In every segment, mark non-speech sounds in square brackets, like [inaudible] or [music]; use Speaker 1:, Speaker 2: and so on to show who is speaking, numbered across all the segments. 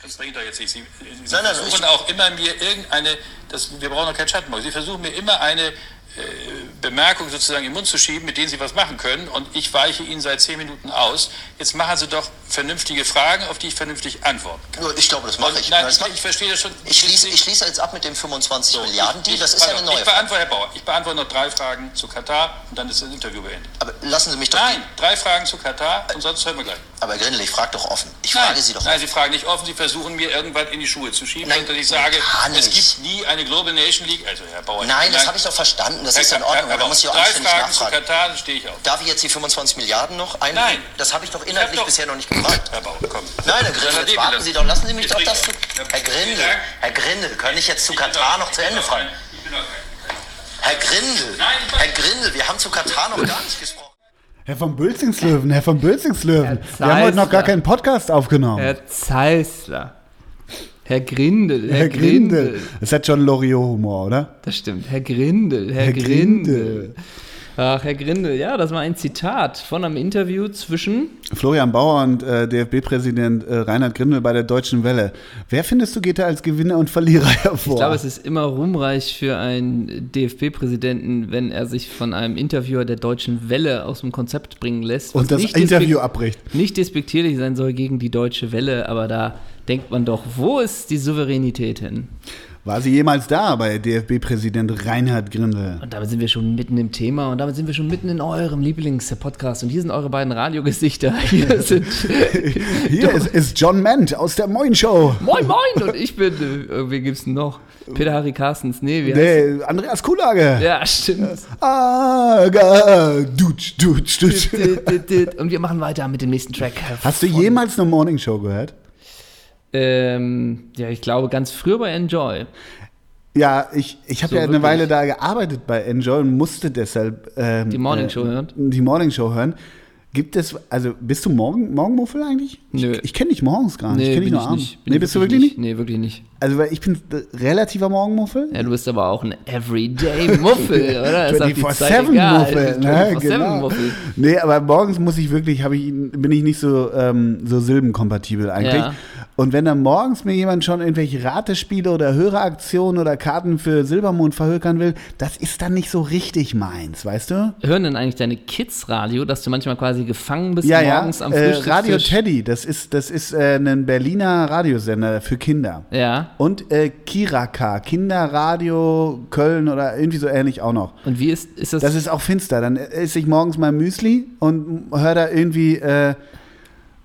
Speaker 1: grundsätzlich. Sie, äh, Sie nein, nein, versuchen auch immer mir irgendeine, das, wir brauchen noch keinen Schattenbau, Sie versuchen mir immer eine äh, Bemerkung sozusagen im Mund zu schieben, mit denen Sie was machen können und ich weiche Ihnen seit zehn Minuten aus. Jetzt machen Sie doch vernünftige Fragen, auf die ich vernünftig antworten kann.
Speaker 2: Nur, ich glaube, das mache ich.
Speaker 1: Nein,
Speaker 2: das
Speaker 1: ich, ich verstehe das schon.
Speaker 2: Ich schließe, ich schließe jetzt ab mit dem 25 Milliarden Deal. Das ist ja
Speaker 1: Pardon,
Speaker 2: eine neue
Speaker 1: ich
Speaker 2: Frage.
Speaker 1: beantworte, Herr Bauer, ich beantworte noch drei Fragen zu Katar und dann ist das Interview beendet.
Speaker 2: Aber lassen Sie mich doch.
Speaker 1: Nein, drei Fragen zu Katar und sonst hören wir gleich.
Speaker 2: Aber Grindel, ich frage doch offen. Ich
Speaker 1: Nein,
Speaker 2: frage Sie doch.
Speaker 1: nein, Sie fragen nicht offen, Sie versuchen mir irgendwas in die Schuhe zu schieben,
Speaker 2: Nein,
Speaker 1: sondern ich sage,
Speaker 2: gar
Speaker 1: es
Speaker 2: nicht.
Speaker 1: gibt nie eine Global Nation League. Also Herr Bauer,
Speaker 2: Nein, das habe ich doch verstanden. Das ist in Ordnung. Aber da muss ich auch
Speaker 1: drei
Speaker 2: anständig
Speaker 1: Fragen zu
Speaker 2: nachfragen.
Speaker 1: Katar, dann stehe ich auf.
Speaker 2: Darf ich jetzt die 25 Milliarden noch ein?
Speaker 1: Nein.
Speaker 2: Das habe ich doch inhaltlich
Speaker 1: doch-
Speaker 2: bisher noch nicht gefragt.
Speaker 1: Herr Bauer, komm.
Speaker 2: Nein, Herr
Speaker 1: Dann
Speaker 2: Grindel, jetzt
Speaker 1: erleben
Speaker 2: warten
Speaker 1: wir
Speaker 2: Sie
Speaker 1: das.
Speaker 2: doch. Lassen Sie mich
Speaker 1: Jetzt
Speaker 2: doch
Speaker 1: bin
Speaker 2: das
Speaker 1: ich
Speaker 2: zu.
Speaker 1: auf.
Speaker 2: Herr Grindel, Herr Grindel, kann ich jetzt zu
Speaker 1: Ich bin
Speaker 2: Katar
Speaker 1: auf.
Speaker 2: noch zu
Speaker 1: Ich bin
Speaker 2: Ende
Speaker 1: auf.
Speaker 2: fragen?
Speaker 1: Genau. Ich bin auf.
Speaker 2: Herr Grindel,
Speaker 1: Nein, ich-
Speaker 2: Herr Grindel, wir haben zu Katar noch gar nicht gesprochen.
Speaker 3: Herr von Bülzingslöwen, Herr von Bülzingslöwen.
Speaker 4: Herr
Speaker 3: Wir haben heute noch gar
Speaker 4: Zeissler.
Speaker 3: keinen Podcast aufgenommen.
Speaker 4: Herr Zeisler. Herr Grindel. Herr,
Speaker 3: Herr
Speaker 4: Grindel.
Speaker 3: Grindel. Das hat schon Loriot-Humor, oder?
Speaker 4: Das stimmt. Herr Grindel. Herr,
Speaker 3: Herr
Speaker 4: Grindel.
Speaker 3: Grindel.
Speaker 4: Ach, Herr Grindel. Ja, das war ein Zitat von einem Interview zwischen.
Speaker 3: Florian Bauer und äh, DFB-Präsident äh, Reinhard Grindel bei der Deutschen Welle. Wer findest du geht da als Gewinner und Verlierer [laughs] hervor?
Speaker 4: Ich glaube, es ist immer ruhmreich für einen DFB-Präsidenten, wenn er sich von einem Interviewer der Deutschen Welle aus dem Konzept bringen lässt. was
Speaker 3: und das
Speaker 4: nicht
Speaker 3: Interview
Speaker 4: despekt-
Speaker 3: abbricht.
Speaker 4: Nicht despektierlich sein soll gegen die Deutsche Welle, aber da denkt man doch, wo ist die Souveränität hin?
Speaker 3: War sie jemals da bei DFB-Präsident Reinhard Grindel?
Speaker 4: Und damit sind wir schon mitten im Thema und damit sind wir schon mitten in eurem Lieblings-Podcast. Und hier sind eure beiden Radiogesichter. [laughs] Hier sind.
Speaker 3: [laughs] Hier ist, ist John Ment aus der Moin Show.
Speaker 4: moin, moin! Und ich bin. Äh, wen gibt's denn noch? Peter Harry Carstens. Nee, wir.
Speaker 3: Nee, Andreas Kulage.
Speaker 4: Ja, stimmt.
Speaker 3: Ah, ga, dutsch, dutsch,
Speaker 4: [laughs]
Speaker 3: dutsch.
Speaker 4: Dit, dit, dit. Und wir machen weiter mit dem nächsten Track.
Speaker 3: Hast du
Speaker 4: Von-
Speaker 3: jemals eine Morning Show gehört?
Speaker 4: Ähm, ja, ich glaube, ganz früher bei Enjoy.
Speaker 3: Ja, ich, ich habe
Speaker 4: So
Speaker 3: ja eine
Speaker 4: wirklich?
Speaker 3: Weile da gearbeitet bei Enjoy und musste deshalb ähm,
Speaker 4: Die Morning Show hören?
Speaker 3: Die Morning Show hören. Gibt es, also bist du morgen, Morgenmuffel eigentlich?
Speaker 4: Nö.
Speaker 3: Ich, ich kenne dich morgens gar nicht. ich kenne dich
Speaker 4: bin
Speaker 3: nur abends.
Speaker 4: Bin
Speaker 3: Nee,
Speaker 4: ich
Speaker 3: bist du wirklich nicht?
Speaker 4: Nee, wirklich nicht.
Speaker 3: Also, weil ich bin äh, relativer Morgenmuffel.
Speaker 4: Ja, du bist aber auch ein Everyday-Muffel, oder? Ist auch die Zeit
Speaker 3: 24-7
Speaker 4: egal.
Speaker 3: Muffel, ne?
Speaker 4: 24/7
Speaker 3: Genau.
Speaker 4: Muffel.
Speaker 3: Nee, aber morgens muss ich wirklich, hab ich, bin ich nicht so, ähm, so silbenkompatibel eigentlich.
Speaker 4: Ja.
Speaker 3: Und wenn dann morgens mir jemand schon irgendwelche Ratespiele oder Höreraktionen oder Karten für Silbermond verhökern will, das ist dann nicht so richtig meins, weißt du?
Speaker 4: Hören denn eigentlich deine Kids Radio, dass du manchmal quasi gefangen bist
Speaker 3: Ja, ja.
Speaker 4: morgens am
Speaker 3: Äh,
Speaker 4: Frühstückstisch?
Speaker 3: Radio Teddy, das ist, das ist äh, ein Berliner Radiosender für Kinder.
Speaker 4: Ja.
Speaker 3: Und äh, Kiraka, Kinderradio Köln oder irgendwie so ähnlich auch noch.
Speaker 4: Und wie ist, ist das?
Speaker 3: Das ist auch finster. Dann esse ich morgens mein Müsli und höre da irgendwie, äh,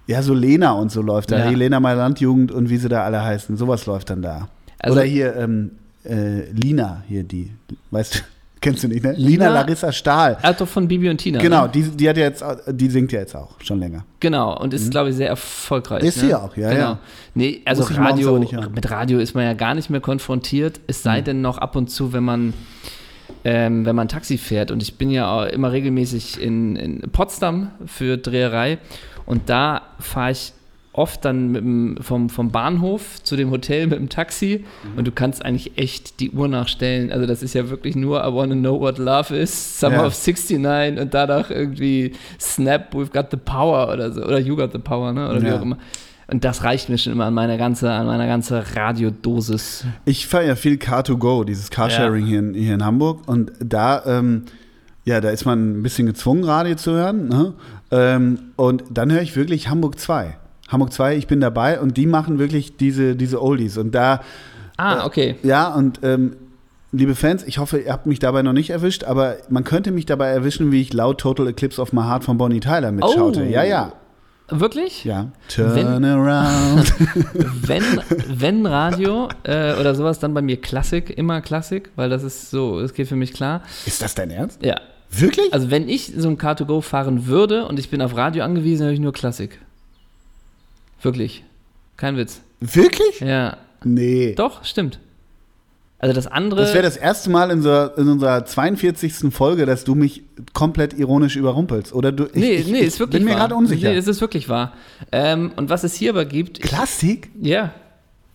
Speaker 3: ja, so Lena und so läuft da.
Speaker 4: Ja.
Speaker 3: Hier Lena, meine Landjugend und wie sie da alle heißen. Sowas läuft dann da.
Speaker 4: Also-
Speaker 3: Oder hier ähm, äh, Lina, hier die, weißt du, [laughs] kennst du nicht, ne?
Speaker 4: Lina?
Speaker 3: Lina, Larissa Stahl.
Speaker 4: Ah, doch von Bibi und Tina.
Speaker 3: Genau,
Speaker 4: Ne?
Speaker 3: die, die, hat ja jetzt, auch- die singt ja jetzt auch schon länger.
Speaker 4: Genau. Und ist, glaube ich, sehr erfolgreich.
Speaker 3: Mhm. Ist
Speaker 4: ne?
Speaker 3: sie auch, ja, ja.
Speaker 4: Nee, also
Speaker 3: Muss ich morgens
Speaker 4: Radio,
Speaker 3: auch nicht hören. Mhm.
Speaker 4: mit Radio ist man ja gar nicht mehr konfrontiert. Es sei denn noch ab und zu, wenn man, ähm, wenn man Taxi fährt. Und ich bin ja auch immer regelmäßig in, in Potsdam für Dreherei. Und da fahre ich oft dann mit dem, vom, vom Bahnhof zu dem Hotel mit dem Taxi
Speaker 3: Mhm.
Speaker 4: und du kannst eigentlich echt die Uhr nachstellen. Also das ist ja wirklich nur I Wanna Know What Love Is, Summer
Speaker 3: Ja.
Speaker 4: of 69 und danach irgendwie Snap, We've Got the Power oder so. Oder You Got the Power, ne? Oder wie
Speaker 3: Ja.
Speaker 4: auch immer. Und das reicht mir schon immer an meiner ganze, an meiner ganze Radiodosis.
Speaker 3: Ich fahre ja viel Car2Go, dieses Carsharing hier, in, hier in Hamburg. Und da, ähm, ja, da ist man ein bisschen gezwungen, Radio zu hören. Ne? Ähm, und dann höre ich wirklich Hamburg 2. Hamburg 2, ich bin dabei und die machen wirklich diese, diese Oldies. Und da,
Speaker 4: Ah, okay.
Speaker 3: ja, und ähm, liebe Fans, ich hoffe, ihr habt mich dabei noch nicht erwischt, aber man könnte mich dabei erwischen, wie ich laut Total Eclipse of My Heart von Bonnie Tyler mitschaute. Ja, ja,
Speaker 4: Wirklich?
Speaker 3: ja. Turn around. [laughs]
Speaker 4: Wenn, wenn Radio äh, oder sowas, dann bei mir Klassik, immer Klassik, weil das ist so, das geht für mich klar.
Speaker 3: Ist das dein Ernst?
Speaker 4: Ja.
Speaker 3: Wirklich?
Speaker 4: Also wenn ich so ein Car2Go fahren würde und ich bin auf Radio angewiesen, höre ich nur Klassik. Wirklich. Kein Witz.
Speaker 3: Wirklich?
Speaker 4: Ja.
Speaker 3: Nee.
Speaker 4: Doch, stimmt. Also das andere.
Speaker 3: Das wäre das erste Mal in, so, in unserer 42. Folge, dass du mich komplett ironisch überrumpelst. Oder du, ich,
Speaker 4: Nee,
Speaker 3: ich,
Speaker 4: nee,
Speaker 3: ich
Speaker 4: ist wirklich
Speaker 3: bin mir
Speaker 4: wahr.
Speaker 3: gerade unsicher.
Speaker 4: Nee, es ist wirklich wahr. Ähm, und was es hier aber gibt,
Speaker 3: Klassik?
Speaker 4: ja,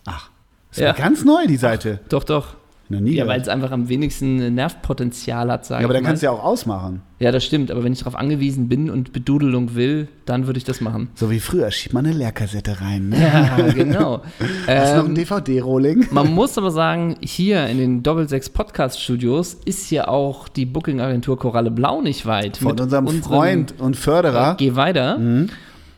Speaker 3: Ach, ist
Speaker 4: Ja.
Speaker 3: ja. ganz neu, die Seite.
Speaker 4: doch, doch.
Speaker 3: Noch nie
Speaker 4: Ja, ne?
Speaker 3: gehört.
Speaker 4: weil es einfach am wenigsten Nervpotenzial hat, sage
Speaker 3: Ja, aber
Speaker 4: ich
Speaker 3: dann
Speaker 4: mal.
Speaker 3: kannst du ja auch ausmachen.
Speaker 4: Ja, das stimmt, aber wenn ich darauf angewiesen bin und Bedudelung will, dann würde ich das machen.
Speaker 3: So wie früher, schiebt man eine Leerkassette rein. Ne? [laughs]
Speaker 4: Ja, genau.
Speaker 3: Hast du noch ein
Speaker 4: ähm,
Speaker 3: DVD-Rolling?
Speaker 4: man muss aber sagen, hier in den Doppelsechs Podcast Studios ist ja auch die Booking-Agentur Koralle Blau nicht weit.
Speaker 3: Von
Speaker 4: Mit
Speaker 3: unserem Freund Mhm. und Förderer.
Speaker 4: Geh weiter.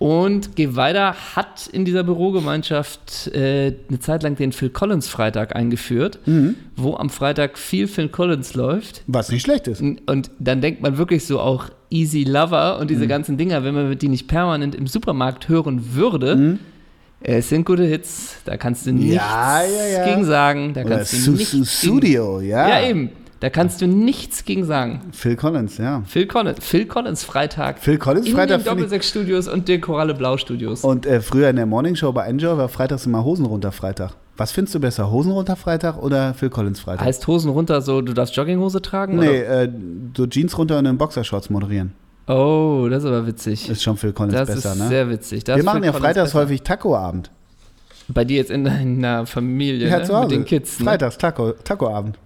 Speaker 4: Und Geh weiter hat in dieser Bürogemeinschaft äh, eine Zeit lang den Phil Collins Freitag eingeführt,
Speaker 3: Mhm.
Speaker 4: wo am Freitag viel Phil Collins läuft.
Speaker 3: Was nicht schlecht ist.
Speaker 4: Und dann denkt man wirklich so auch Easy Lover und
Speaker 3: Mhm.
Speaker 4: diese ganzen Dinger, wenn man die nicht permanent im Supermarkt hören würde.
Speaker 3: Mhm.
Speaker 4: Es sind gute Hits, da kannst du nichts
Speaker 3: Ja, ja, ja.
Speaker 4: gegen sagen. Da
Speaker 3: Oder
Speaker 4: kannst du
Speaker 3: Su- Su-
Speaker 4: nichts gegen-
Speaker 3: Studio, ja.
Speaker 4: Ja, eben. Da kannst du nichts gegen sagen.
Speaker 3: Phil Collins, ja.
Speaker 4: Phil Collins, Phil Collins Freitag.
Speaker 3: Phil Collins
Speaker 4: in
Speaker 3: Freitag
Speaker 4: den
Speaker 3: find ich-
Speaker 4: Doppelsechs Studios und den Koralle Blau Studios.
Speaker 3: Und äh, früher in der Morningshow bei Enjoy war freitags immer Hosen runter Freitag. Was findest du besser, Hosen runter Freitag oder Phil Collins Freitag?
Speaker 4: Heißt Hosen runter, so du darfst Jogginghose tragen?
Speaker 3: nee, äh, so Jeans runter und in Boxershorts moderieren.
Speaker 4: Oder? Oh, das ist aber witzig.
Speaker 3: Ist schon Phil Collins
Speaker 4: das
Speaker 3: besser,
Speaker 4: ist
Speaker 3: ne?
Speaker 4: sehr witzig. Das
Speaker 3: Wir
Speaker 4: ist
Speaker 3: machen
Speaker 4: Phil
Speaker 3: ja
Speaker 4: Collins
Speaker 3: freitags
Speaker 4: besser.
Speaker 3: häufig Taco-Abend.
Speaker 4: Bei dir jetzt in deiner Familie,
Speaker 3: Ja,
Speaker 4: ne?
Speaker 3: zu Hause.
Speaker 4: mit den Kids. Ne?
Speaker 3: Freitags Taco- Taco-Abend.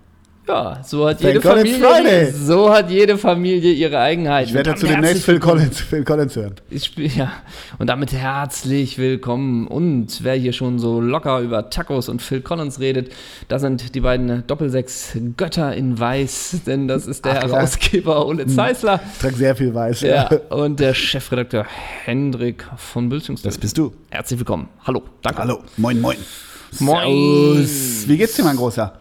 Speaker 4: Ja, so hat,
Speaker 3: Thank
Speaker 4: jede
Speaker 3: God it's Friday.
Speaker 4: Familie, so hat jede Familie ihre Eigenheiten.
Speaker 3: ich werde
Speaker 4: Und
Speaker 3: dazu
Speaker 4: damit
Speaker 3: demnächst
Speaker 4: herzlich
Speaker 3: Phil Collins, Phil Collins hören.
Speaker 4: Ich spiel, ja. Und damit herzlich willkommen. Und wer hier schon so locker über Tacos und Phil Collins redet, da sind die beiden Doppelsechs-Götter in Weiß, denn das ist der
Speaker 3: Ach ja. Hm.
Speaker 4: Herausgeber Ole Zeisler
Speaker 3: Ich trage sehr viel Weiß.
Speaker 4: ja. und der Chefredakteur Hendrik von Bildungsdorf.
Speaker 3: Das bist du.
Speaker 4: Herzlich willkommen. Hallo, danke.
Speaker 3: [laughs] Hallo, moin, moin.
Speaker 4: Moin.
Speaker 3: Wie geht's dir, mein Großer?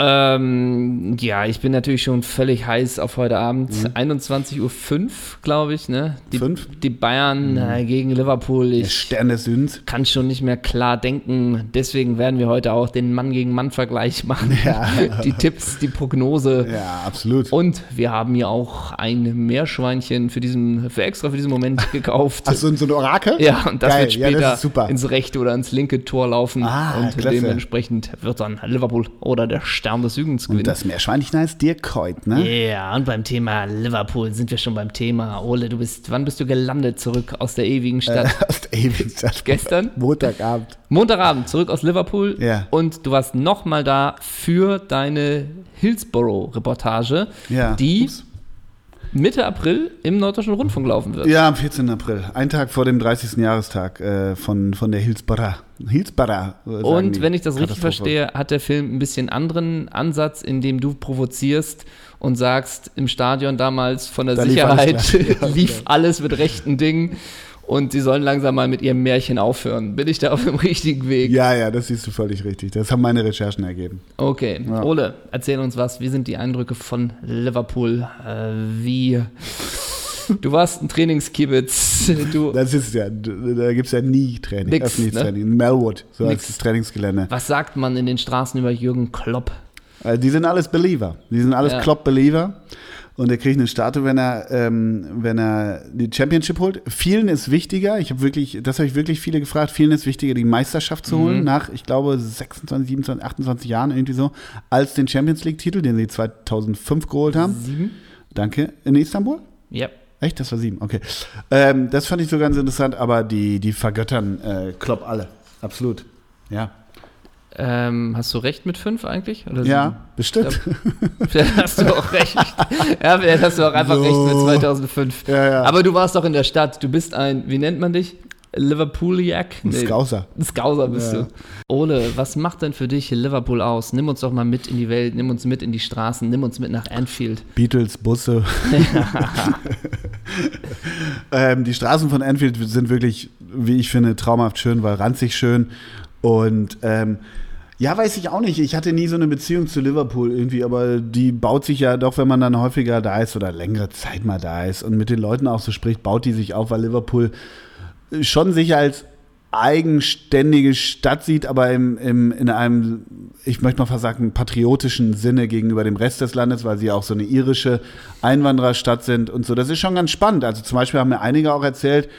Speaker 4: Ähm, ja, ich bin natürlich schon völlig heiß auf heute Abend. 21.05 Uhr, glaube ich, ne? Die,
Speaker 3: Mhm. Fünf? Mhm.
Speaker 4: die Bayern äh, gegen Liverpool.
Speaker 3: Der
Speaker 4: Ich
Speaker 3: Stern des Südens.
Speaker 4: kann schon nicht mehr klar denken. Deswegen werden wir heute auch den Mann-gegen-Mann-Vergleich machen.
Speaker 3: Ja.
Speaker 4: [laughs] Die Tipps, die Prognose.
Speaker 3: Ja, absolut.
Speaker 4: Und wir haben hier auch ein Meerschweinchen für diesen, für extra für
Speaker 3: [laughs]
Speaker 4: diesen Moment gekauft.
Speaker 3: Ach, so, so ein Orakel?
Speaker 4: Ja, und das
Speaker 3: Geil,
Speaker 4: wird später
Speaker 3: Ja, das ist super.
Speaker 4: ins rechte oder ins linke Tor laufen.
Speaker 3: Ah,
Speaker 4: und
Speaker 3: klasse.
Speaker 4: dementsprechend wird dann Liverpool oder der Stern des Südens gewinnen.
Speaker 3: und das Meerschweinchen heißt dir Keut, ne?
Speaker 4: Ja, und beim Thema Liverpool sind wir schon beim Thema. Ole, du bist, wann bist du gelandet zurück aus der
Speaker 3: Äh.
Speaker 4: ewigen Stadt?
Speaker 3: [laughs] Aus der
Speaker 4: [laughs]
Speaker 3: Ewig- das-
Speaker 4: Gestern?
Speaker 3: Montagabend.
Speaker 4: Montagabend zurück aus Liverpool.
Speaker 3: Ja.
Speaker 4: Und du warst nochmal da für deine Hillsborough-Reportage,
Speaker 3: Ja.
Speaker 4: die
Speaker 3: Ups.
Speaker 4: Mitte April im Norddeutschen Rundfunk laufen wird.
Speaker 3: Ja, am 14. April. Ein Tag vor dem 30. Jahrestag äh, von, von der Hilsbara. Hilsbara. äh, sagen
Speaker 4: Und
Speaker 3: die.
Speaker 4: wenn ich das richtig
Speaker 3: Katastrophe.
Speaker 4: verstehe, hat der Film ein bisschen anderen Ansatz, in dem du provozierst und sagst, im Stadion damals von der
Speaker 3: Da lief alles
Speaker 4: Sicherheit
Speaker 3: klar.
Speaker 4: [laughs]
Speaker 3: genau.
Speaker 4: lief, alles, mit rechten Dingen und sie sollen langsam mal mit ihrem Märchen aufhören. Bin ich da auf dem [laughs] richtigen Weg?
Speaker 3: Ja, ja, das siehst du völlig richtig. Das haben meine Recherchen ergeben.
Speaker 4: Okay, Ole, erzähl uns was. Wie sind die Eindrücke von Liverpool? Äh, wie? Du warst ein Trainingskibitz.
Speaker 3: [laughs]
Speaker 4: Du,
Speaker 3: Das ist ja, da gibt es ja nie Training.
Speaker 4: Nix, ne?
Speaker 3: Training. In Melwood, so
Speaker 4: Nix.
Speaker 3: heißt das Trainingsgelände.
Speaker 4: was sagt man in den Straßen über Jürgen Klopp?
Speaker 3: Also die sind alles Believer. Die sind alles
Speaker 4: Ja.
Speaker 3: Klopp-Believer. Und der kriegt eine Statue, wenn er, ähm, wenn er die Championship holt. Vielen ist wichtiger, ich habe wirklich, das habe ich wirklich viele gefragt, vielen ist wichtiger, die Meisterschaft zu holen, nach, ich glaube, 26, 27, 28 Jahren irgendwie so, als den Champions League-Titel, den sie 2005 geholt haben. Sieben. Danke. In Istanbul?
Speaker 4: Ja.
Speaker 3: Echt? Das war sieben, okay. Ähm, das fand ich so ganz interessant, aber die, die vergöttern äh, Klopp alle. Absolut. Ja.
Speaker 4: Ähm, hast du recht mit fünf eigentlich? Oder sieben?
Speaker 3: Ja, bestimmt. [laughs]
Speaker 4: [laughs] Vielleicht hast du auch recht. Ja, vielleicht hast du auch einfach
Speaker 3: So.
Speaker 4: recht mit 2005.
Speaker 3: Ja, ja.
Speaker 4: Aber du warst doch in der Stadt. Du bist ein, wie nennt man dich? Liverpooliac?
Speaker 3: Ein Scouser.
Speaker 4: Ein Scouser bist
Speaker 3: Ja.
Speaker 4: du. Ole, was macht denn für dich Liverpool aus? Nimm uns doch mal mit in die Welt, nimm uns mit in die Straßen, nimm uns mit nach Anfield.
Speaker 3: Beatles, Busse. [laughs] ähm, die Straßen von Anfield sind wirklich, wie ich finde, traumhaft schön, weil ranzig schön. Und ähm, ja, weiß ich auch nicht. Ich hatte nie so eine Beziehung zu Liverpool irgendwie, aber die baut sich ja doch, wenn man dann häufiger da ist oder längere Zeit mal da ist und mit den Leuten auch so spricht, baut die sich auf, weil Liverpool schon sich als eigenständige Stadt sieht, aber im, im, in einem, ich möchte mal fast sagen, patriotischen Sinne gegenüber dem Rest des Landes, weil sie ja auch so eine irische Einwandererstadt sind und so. Das ist schon ganz spannend. Also zum Beispiel haben mir einige auch erzählt,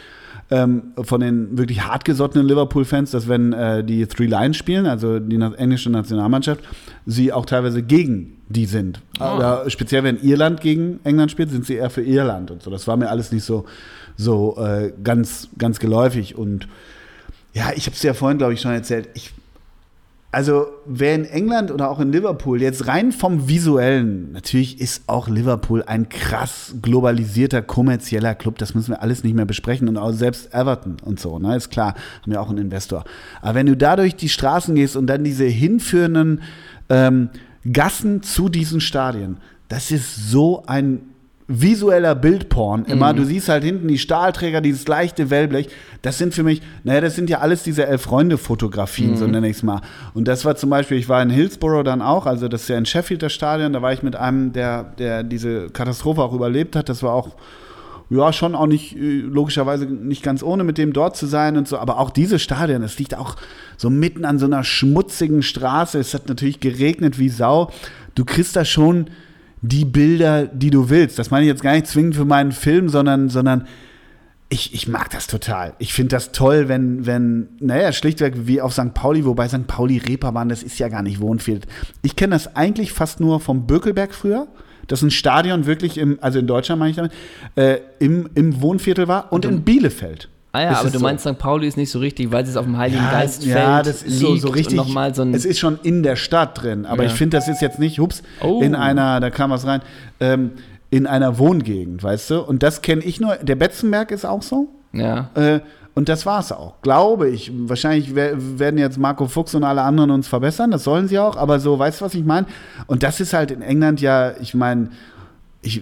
Speaker 3: ähm, von den wirklich hartgesottenen Liverpool-Fans, dass wenn äh, die Three Lions spielen, also die na- englische Nationalmannschaft, sie auch teilweise gegen die sind. Oder speziell wenn Irland gegen England spielt, sind sie eher für Irland und so. Das war mir alles nicht so, so äh, ganz, ganz geläufig. Und ja, ich habe es ja vorhin, glaube ich, schon erzählt. Ich also wer in England oder auch in Liverpool jetzt rein vom visuellen, natürlich ist auch Liverpool ein krass globalisierter kommerzieller Club, das müssen wir alles nicht mehr besprechen und auch selbst Everton und so, ne, ist klar, haben ja auch einen Investor. Aber wenn du da durch die Straßen gehst und dann diese hinführenden ähm, Gassen zu diesen Stadien, das ist so ein visueller Bildporn immer. Du siehst halt hinten die Stahlträger, dieses leichte Wellblech. Das sind für mich, naja, das sind ja alles diese Elf-Freunde-Fotografien, so nenne ich es mal. Und das war zum Beispiel, ich war in Hillsborough dann auch, also das ist ja in Sheffield das Stadion, da war ich mit einem, der, der diese Katastrophe auch überlebt hat. Das war auch ja, schon auch nicht, äh, logischerweise nicht ganz ohne mit dem dort zu sein und so, aber auch dieses Stadion, das liegt auch so mitten an so einer schmutzigen Straße. Es hat natürlich geregnet wie Sau. Du kriegst da schon die Bilder, die du willst. Das meine ich jetzt gar nicht zwingend für meinen Film, sondern, sondern ich, ich mag das total. Ich finde das toll, wenn, wenn, naja, schlichtweg wie auf St. Pauli, wobei St. Pauli Reeperbahn, das ist ja gar nicht Wohnfield. Ich kenne das eigentlich fast nur vom Bökelberg früher. Das ein Stadion wirklich im, also in Deutschland meine ich damit, äh, im, im Wohnviertel war und in Bielefeld.
Speaker 4: Ah ja,
Speaker 3: Ist
Speaker 4: aber
Speaker 3: es
Speaker 4: du
Speaker 3: so.
Speaker 4: meinst, St. Pauli ist nicht so richtig, weil es ist auf dem Heiligen
Speaker 3: Ja,
Speaker 4: Geistfeld
Speaker 3: ja, das ist so,
Speaker 4: liegt
Speaker 3: so richtig.
Speaker 4: und nochmal so ein
Speaker 3: es ist schon in der Stadt drin, aber
Speaker 4: Ja.
Speaker 3: ich finde, das ist jetzt nicht, hups,
Speaker 4: Oh.
Speaker 3: in einer, da kam was rein, ähm, in einer Wohngegend, weißt du? Und das kenne ich nur. Der Betzenberg ist auch so.
Speaker 4: ja.
Speaker 3: Äh, und das war's auch, glaube ich. Wahrscheinlich wer- werden jetzt Marco Fuchs und alle anderen uns verbessern, das sollen sie auch, aber so, weißt du, was ich meine? Und das ist halt in England ja, ich meine, ich,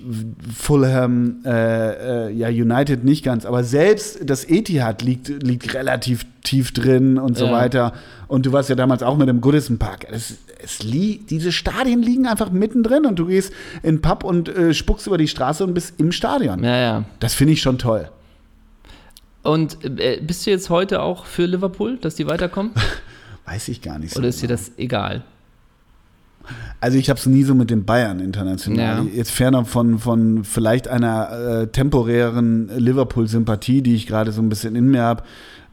Speaker 3: Fulham, äh, äh, ja, United nicht ganz, aber selbst das Etihad liegt, liegt relativ tief drin und so
Speaker 4: Ja.
Speaker 3: weiter. Und du warst ja damals auch mit dem Goodison Park. Es, es li diese Stadien liegen einfach mittendrin und du gehst in den Pub und äh, spuckst über die Straße und bist im Stadion.
Speaker 4: ja, ja.
Speaker 3: Das finde ich schon toll.
Speaker 4: Und äh, bist du jetzt heute auch für Liverpool, dass
Speaker 3: [laughs]
Speaker 4: die weiterkommen?
Speaker 3: Weiß ich gar nicht so.
Speaker 4: Oder ist dir das egal?
Speaker 3: Also ich habe es nie so mit den Bayern international.
Speaker 4: Ja.
Speaker 3: Jetzt ferner von, von vielleicht einer äh, temporären Liverpool-Sympathie, die ich gerade so ein bisschen in mir habe,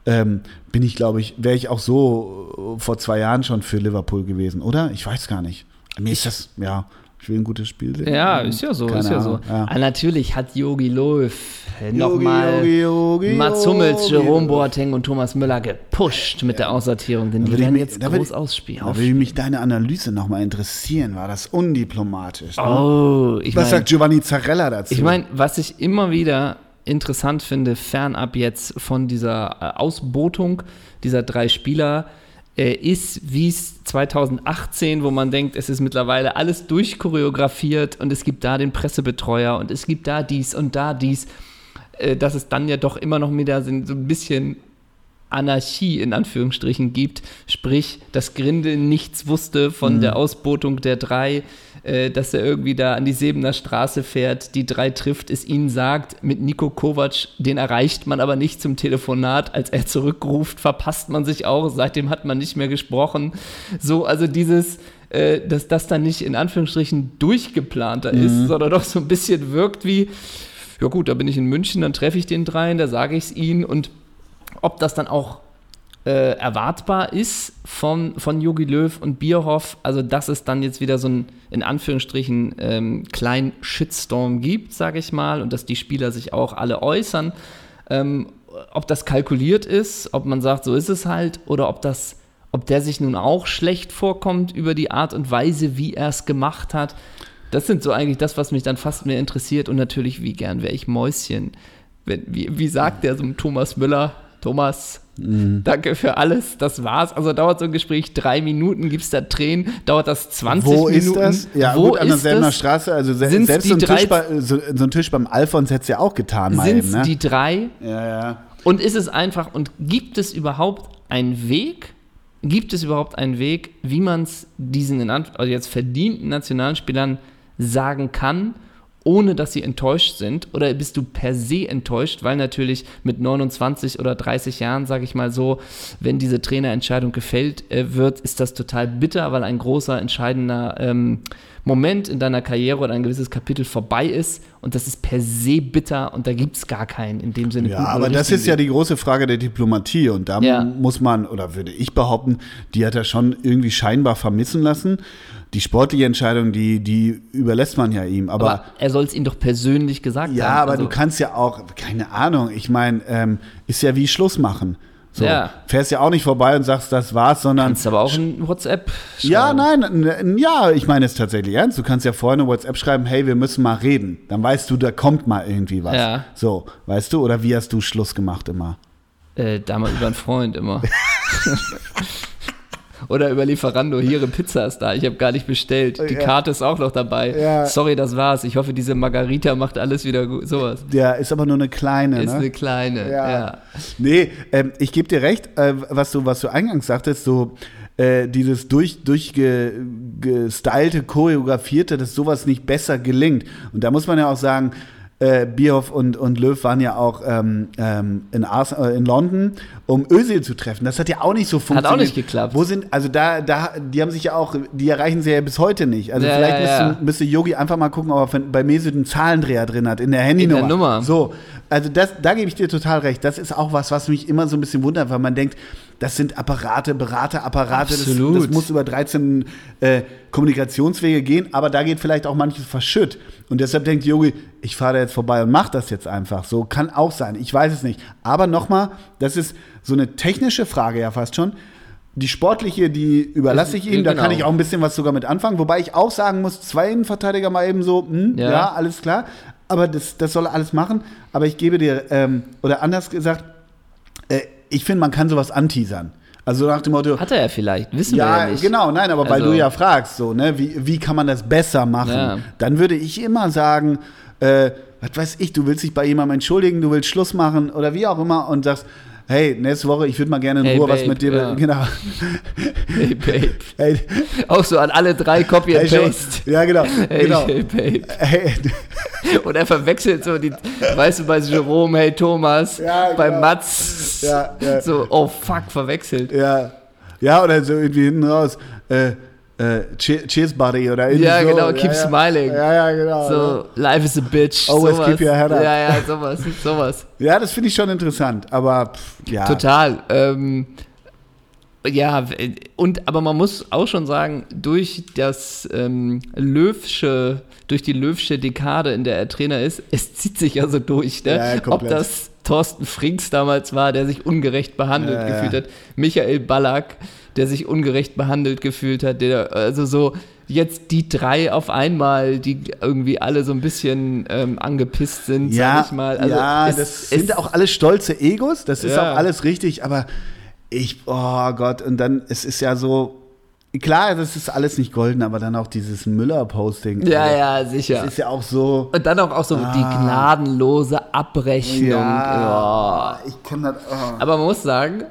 Speaker 3: ähm, bin ich, glaube ich, wäre ich auch so äh, vor zwei Jahren schon für Liverpool gewesen, oder? Ich weiß gar nicht. Mir ist das, ja, ich will ein gutes Spiel sehen.
Speaker 4: Ja, ist ja so,
Speaker 3: Keine
Speaker 4: ist ja so.
Speaker 3: Ahnung, ja.
Speaker 4: Ah, natürlich hat Yogi Löw
Speaker 3: Jogi,
Speaker 4: nochmal
Speaker 3: Jogi, Jogi,
Speaker 4: Mats Hummels,
Speaker 3: Jogi.
Speaker 4: Jerome Boateng und Thomas Müller gepusht mit der Aussortierung, denn die
Speaker 3: würde ich
Speaker 4: werden
Speaker 3: mir-
Speaker 4: jetzt
Speaker 3: da würde
Speaker 4: groß
Speaker 3: ich-
Speaker 4: ausspielen.
Speaker 3: Da würde mich deine Analyse nochmal interessieren. War das undiplomatisch? ne?
Speaker 4: Oh, ich
Speaker 3: Was
Speaker 4: meine,
Speaker 3: sagt Giovanni Zarella dazu?
Speaker 4: ich mein, was ich immer wieder interessant finde, fernab jetzt von dieser äh, Ausbotung dieser drei Spieler, äh, ist, wie es 2018, wo man denkt, es ist mittlerweile alles durchchoreografiert und es gibt da den Pressebetreuer und es gibt da dies und da dies, äh, dass es dann ja doch immer noch wieder so so ein bisschen Anarchie in Anführungsstrichen gibt, sprich, dass Grindel nichts wusste von der Ausbotung der drei, äh, dass er irgendwie da an die Sebener Straße fährt, die drei trifft, es ihnen sagt, mit Nico Kovac, den erreicht man aber nicht zum Telefonat, als er zurückruft, verpasst man sich auch, seitdem hat man nicht mehr gesprochen. So, also dieses, äh, dass das dann nicht in Anführungsstrichen durchgeplanter ist, sondern doch so ein bisschen wirkt wie, ja gut, da bin ich in München, dann treffe ich den dreien, da sage ich es ihnen und ob das dann auch äh, erwartbar ist von, von Jogi Löw und Bierhoff. Also, dass es dann jetzt wieder so ein, in Anführungsstrichen, ähm, kleinen Shitstorm gibt, sage ich mal, und dass die Spieler sich auch alle äußern. Ähm, ob das kalkuliert ist, ob man sagt, so ist es halt, oder ob das ob der sich nun auch schlecht vorkommt über die Art und Weise, wie er es gemacht hat. Das sind so eigentlich das, was mich dann fast mehr interessiert. Und natürlich, wie gern wäre ich Mäuschen. Wenn, wie, wie sagt der so ein Thomas Müller? Thomas,
Speaker 3: Mhm.
Speaker 4: danke für alles, das war's. Also dauert so ein Gespräch drei Minuten, gibt's da Tränen, dauert das 20
Speaker 3: Wo
Speaker 4: Minuten?
Speaker 3: ist das? Ja,
Speaker 4: Wo
Speaker 3: gut, an der
Speaker 4: ist
Speaker 3: Selbener
Speaker 4: das?
Speaker 3: Straße. Also se
Speaker 4: Sind's
Speaker 3: selbst
Speaker 4: die
Speaker 3: so ein,
Speaker 4: drei-
Speaker 3: Tisch bei, so, so ein Tisch beim Alfons hätte es ja auch getan, mal
Speaker 4: Sind's
Speaker 3: eben, ne?
Speaker 4: die drei?
Speaker 3: ja, ja.
Speaker 4: Und ist es einfach, und gibt es überhaupt einen Weg, gibt es überhaupt einen Weg, wie man es diesen in Anf- also jetzt verdienten Nationalspielern sagen kann, ohne dass sie enttäuscht sind? Oder bist du per se enttäuscht, weil natürlich mit 29 oder 30 Jahren, sage ich mal so, wenn diese Trainerentscheidung gefällt äh, wird, ist das total bitter, weil ein großer, entscheidender ähm, Moment in deiner Karriere oder ein gewisses Kapitel vorbei ist. Und das ist per se bitter und da gibt es gar keinen in dem Sinne.
Speaker 3: Ja,
Speaker 4: guten oder
Speaker 3: aber das
Speaker 4: richtigen
Speaker 3: ist ja die große Frage der Diplomatie und da
Speaker 4: Ja.
Speaker 3: muss man, oder würde ich behaupten, die hat er schon irgendwie scheinbar vermissen lassen. Die sportliche Entscheidung, die, die überlässt man ja ihm, aber,
Speaker 4: Aber er soll es ihnen doch persönlich gesagt
Speaker 3: ja,
Speaker 4: haben.
Speaker 3: aber
Speaker 4: Also,
Speaker 3: du kannst ja auch, keine Ahnung, ich meine, ähm, ist ja wie Schluss machen. So.
Speaker 4: Ja.
Speaker 3: Fährst ja auch nicht vorbei und sagst, das war's, sondern.
Speaker 4: Kannst aber auch ein WhatsApp schreiben.
Speaker 3: ja, nein, n- n- ja, ich meine es tatsächlich ernst. Du kannst ja vorher eine WhatsApp schreiben, hey, wir müssen mal reden. Dann weißt du, da kommt mal irgendwie was.
Speaker 4: Ja.
Speaker 3: So, weißt du, oder wie hast du Schluss gemacht immer?
Speaker 4: Äh, da mal über einen Freund immer. [laughs] Oder über Lieferando, hier ihre Pizza ist da, ich habe gar nicht bestellt. Die
Speaker 3: Ja.
Speaker 4: Karte ist auch noch dabei.
Speaker 3: Ja.
Speaker 4: Sorry, das war's. Ich hoffe, diese Margarita macht alles wieder gut. Sowas.
Speaker 3: Ja, ist aber nur eine kleine,
Speaker 4: Ist
Speaker 3: ne?
Speaker 4: eine kleine. Ja.
Speaker 3: Ja. Nee, ähm, ich gebe dir recht, äh, was, du, was du eingangs sagtest, so äh, dieses durch, durchgestylte, choreografierte, dass sowas nicht besser gelingt. Und da muss man ja auch sagen, äh, Bierhoff und, und Löw waren ja auch ähm, ähm, in, Ars äh, in London, um Özil zu treffen. Das hat ja auch nicht so funktioniert.
Speaker 4: nicht geklappt.
Speaker 3: Wo sind, also da, da, die haben sich ja auch, die erreichen sie ja bis heute nicht. Also
Speaker 4: Ja,
Speaker 3: vielleicht
Speaker 4: ja, ja.
Speaker 3: müsste- müsste Yogi einfach mal gucken, ob er bei Mesut einen Zahlendreher drin hat, in der Handynummer.
Speaker 4: Nummer.
Speaker 3: So, so, also das, da gebe ich dir total recht. Das ist auch was, was mich immer so ein bisschen wundert, weil man denkt, das sind Apparate, Beraterapparate, das,
Speaker 4: Absolut.
Speaker 3: das muss über 13 äh, Kommunikationswege gehen, aber da geht vielleicht auch manches verschütt. Und deshalb denkt Yogi, ich fahre da jetzt vorbei und mache das jetzt einfach. So kann auch sein, ich weiß es nicht. Aber nochmal, das ist so eine technische Frage ja fast schon. Die sportliche, die überlasse ich ihm, da kann
Speaker 4: Genau.
Speaker 3: ich auch ein bisschen was sogar mit anfangen. Wobei ich auch sagen muss, zwei Innenverteidiger mal eben so, hm,
Speaker 4: Ja.
Speaker 3: ja. alles klar. Aber das, das soll er alles machen. Aber ich gebe dir, ähm, oder anders gesagt, äh, ich finde, man kann sowas anteasern. Also nach dem Motto,
Speaker 4: Hat er ja vielleicht, wissen wir
Speaker 3: ja,
Speaker 4: ja nicht.
Speaker 3: genau, nein, aber weil
Speaker 4: Also-
Speaker 3: du ja fragst, so, ne, wie, wie kann man das besser machen?
Speaker 4: Ja.
Speaker 3: Dann würde ich immer sagen, äh, was weiß ich, du willst dich bei jemandem entschuldigen, du willst Schluss machen oder wie auch immer und sagst, hey, nächste Woche, ich würde mal gerne in
Speaker 4: Hey,
Speaker 3: Ruhe was
Speaker 4: Babe,
Speaker 3: mit dir,
Speaker 4: ja.
Speaker 3: [laughs] genau.
Speaker 4: Hey, Babe.
Speaker 3: Hey,
Speaker 4: Auch so an alle drei Copy and
Speaker 3: hey,
Speaker 4: Paste.
Speaker 3: ja,
Speaker 4: [laughs]
Speaker 3: genau,
Speaker 4: Hey,
Speaker 3: genau.
Speaker 4: hey, Babe.
Speaker 3: Hey, [laughs]
Speaker 4: [laughs] Und er verwechselt so die, weißt du, bei Jerome, hey Thomas,
Speaker 3: Ja,
Speaker 4: bei
Speaker 3: genau.
Speaker 4: Mats.
Speaker 3: Ja, ja.
Speaker 4: So, oh fuck, verwechselt.
Speaker 3: ja, ja, oder so irgendwie hinten raus, äh, äh, che- Cheers, Buddy, oder irgendwie
Speaker 4: Ja,
Speaker 3: so.
Speaker 4: genau, keep
Speaker 3: ja.
Speaker 4: smiling.
Speaker 3: Ja, ja, genau. ne?
Speaker 4: So, life is a bitch.
Speaker 3: Always
Speaker 4: sowas.
Speaker 3: keep your head up.
Speaker 4: Ja, ja, sowas, sowas.
Speaker 3: Ja, das finde ich schon interessant, aber pff, ja.
Speaker 4: Total. Ähm, ja, und aber man muss auch schon sagen, durch das ähm, Löwsche, durch die Löwsche Dekade, in der er Trainer ist, es zieht sich ja so durch, ne?
Speaker 3: Ja, ja,
Speaker 4: Ob
Speaker 3: komplett.
Speaker 4: das Thorsten Frings damals war, der sich ungerecht behandelt
Speaker 3: Ja, ja.
Speaker 4: gefühlt hat, Michael Ballack, der sich ungerecht behandelt gefühlt hat, der also so jetzt die drei auf einmal, die irgendwie alle so ein bisschen ähm, angepisst sind,
Speaker 3: ja,
Speaker 4: sag ich mal. Also
Speaker 3: ja,
Speaker 4: es-
Speaker 3: das
Speaker 4: es-
Speaker 3: sind auch alles stolze Egos, das ist
Speaker 4: Ja.
Speaker 3: auch alles richtig, aber ich, oh Gott, und dann, es ist ja so, klar, das ist alles nicht golden, aber dann auch dieses Müller-Posting.
Speaker 4: ja,
Speaker 3: also,
Speaker 4: ja, sicher.
Speaker 3: Das ist ja auch so,
Speaker 4: Und dann auch, auch
Speaker 3: Ah.
Speaker 4: so die gnadenlose Abrechnung.
Speaker 3: ja,
Speaker 4: Ja.
Speaker 3: ich kann das, oh.
Speaker 4: Aber man muss sagen,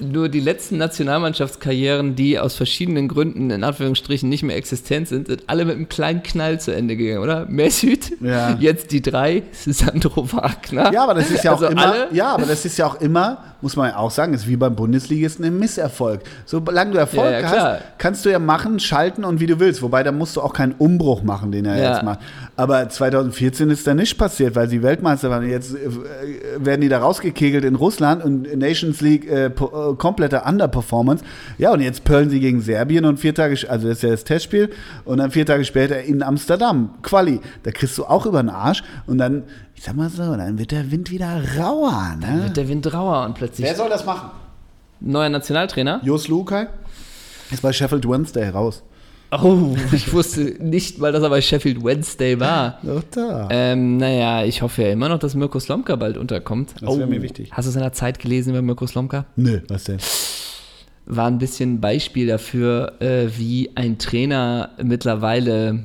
Speaker 4: nur die letzten Nationalmannschaftskarrieren, die aus verschiedenen Gründen in Anführungsstrichen nicht mehr existent sind, sind alle mit einem kleinen Knall zu Ende gegangen, oder? Mesut,
Speaker 3: Ja.
Speaker 4: jetzt die drei, Sandro Wagner.
Speaker 3: Ja, aber das ist ja auch
Speaker 4: also
Speaker 3: immer,
Speaker 4: Alle,
Speaker 3: ja, aber das ist ja auch immer, muss man ja auch sagen, ist wie beim Bundesligisten ein Misserfolg. Solange du Erfolg
Speaker 4: Ja, ja, klar.
Speaker 3: hast, kannst du ja machen, schalten und wie du willst. Wobei, da musst du auch keinen Umbruch machen, den er
Speaker 4: Ja.
Speaker 3: jetzt macht. Aber 2014 ist da nicht passiert, weil sie Weltmeister waren. Jetzt äh, werden die da rausgekegelt in Russland und Nations League äh, po- äh, komplette Underperformance. Ja, und jetzt pöllen sie gegen Serbien und vier Tage, sch- also das ist ja das Testspiel, und dann vier Tage später in Amsterdam, Quali. Da kriegst du auch über den Arsch und dann, ich sag mal so, dann wird der Wind wieder rauer. Ne?
Speaker 4: Wird der Wind rauer und plötzlich
Speaker 3: Wer soll das machen?
Speaker 4: neuer Nationaltrainer.
Speaker 3: Jos Lukai? Ist bei Sheffield Wednesday raus.
Speaker 4: Oh, ich wusste nicht mal, dass er bei Sheffield Wednesday war.
Speaker 3: Doch da.
Speaker 4: Ähm, naja, ich hoffe ja immer noch, dass Mirko Slomka bald unterkommt.
Speaker 3: Das wäre mir wichtig.
Speaker 4: Hast du es in der Zeit gelesen über Mirko Slomka?
Speaker 3: Nö, was denn?
Speaker 4: War ein bisschen ein Beispiel dafür, äh, wie ein Trainer mittlerweile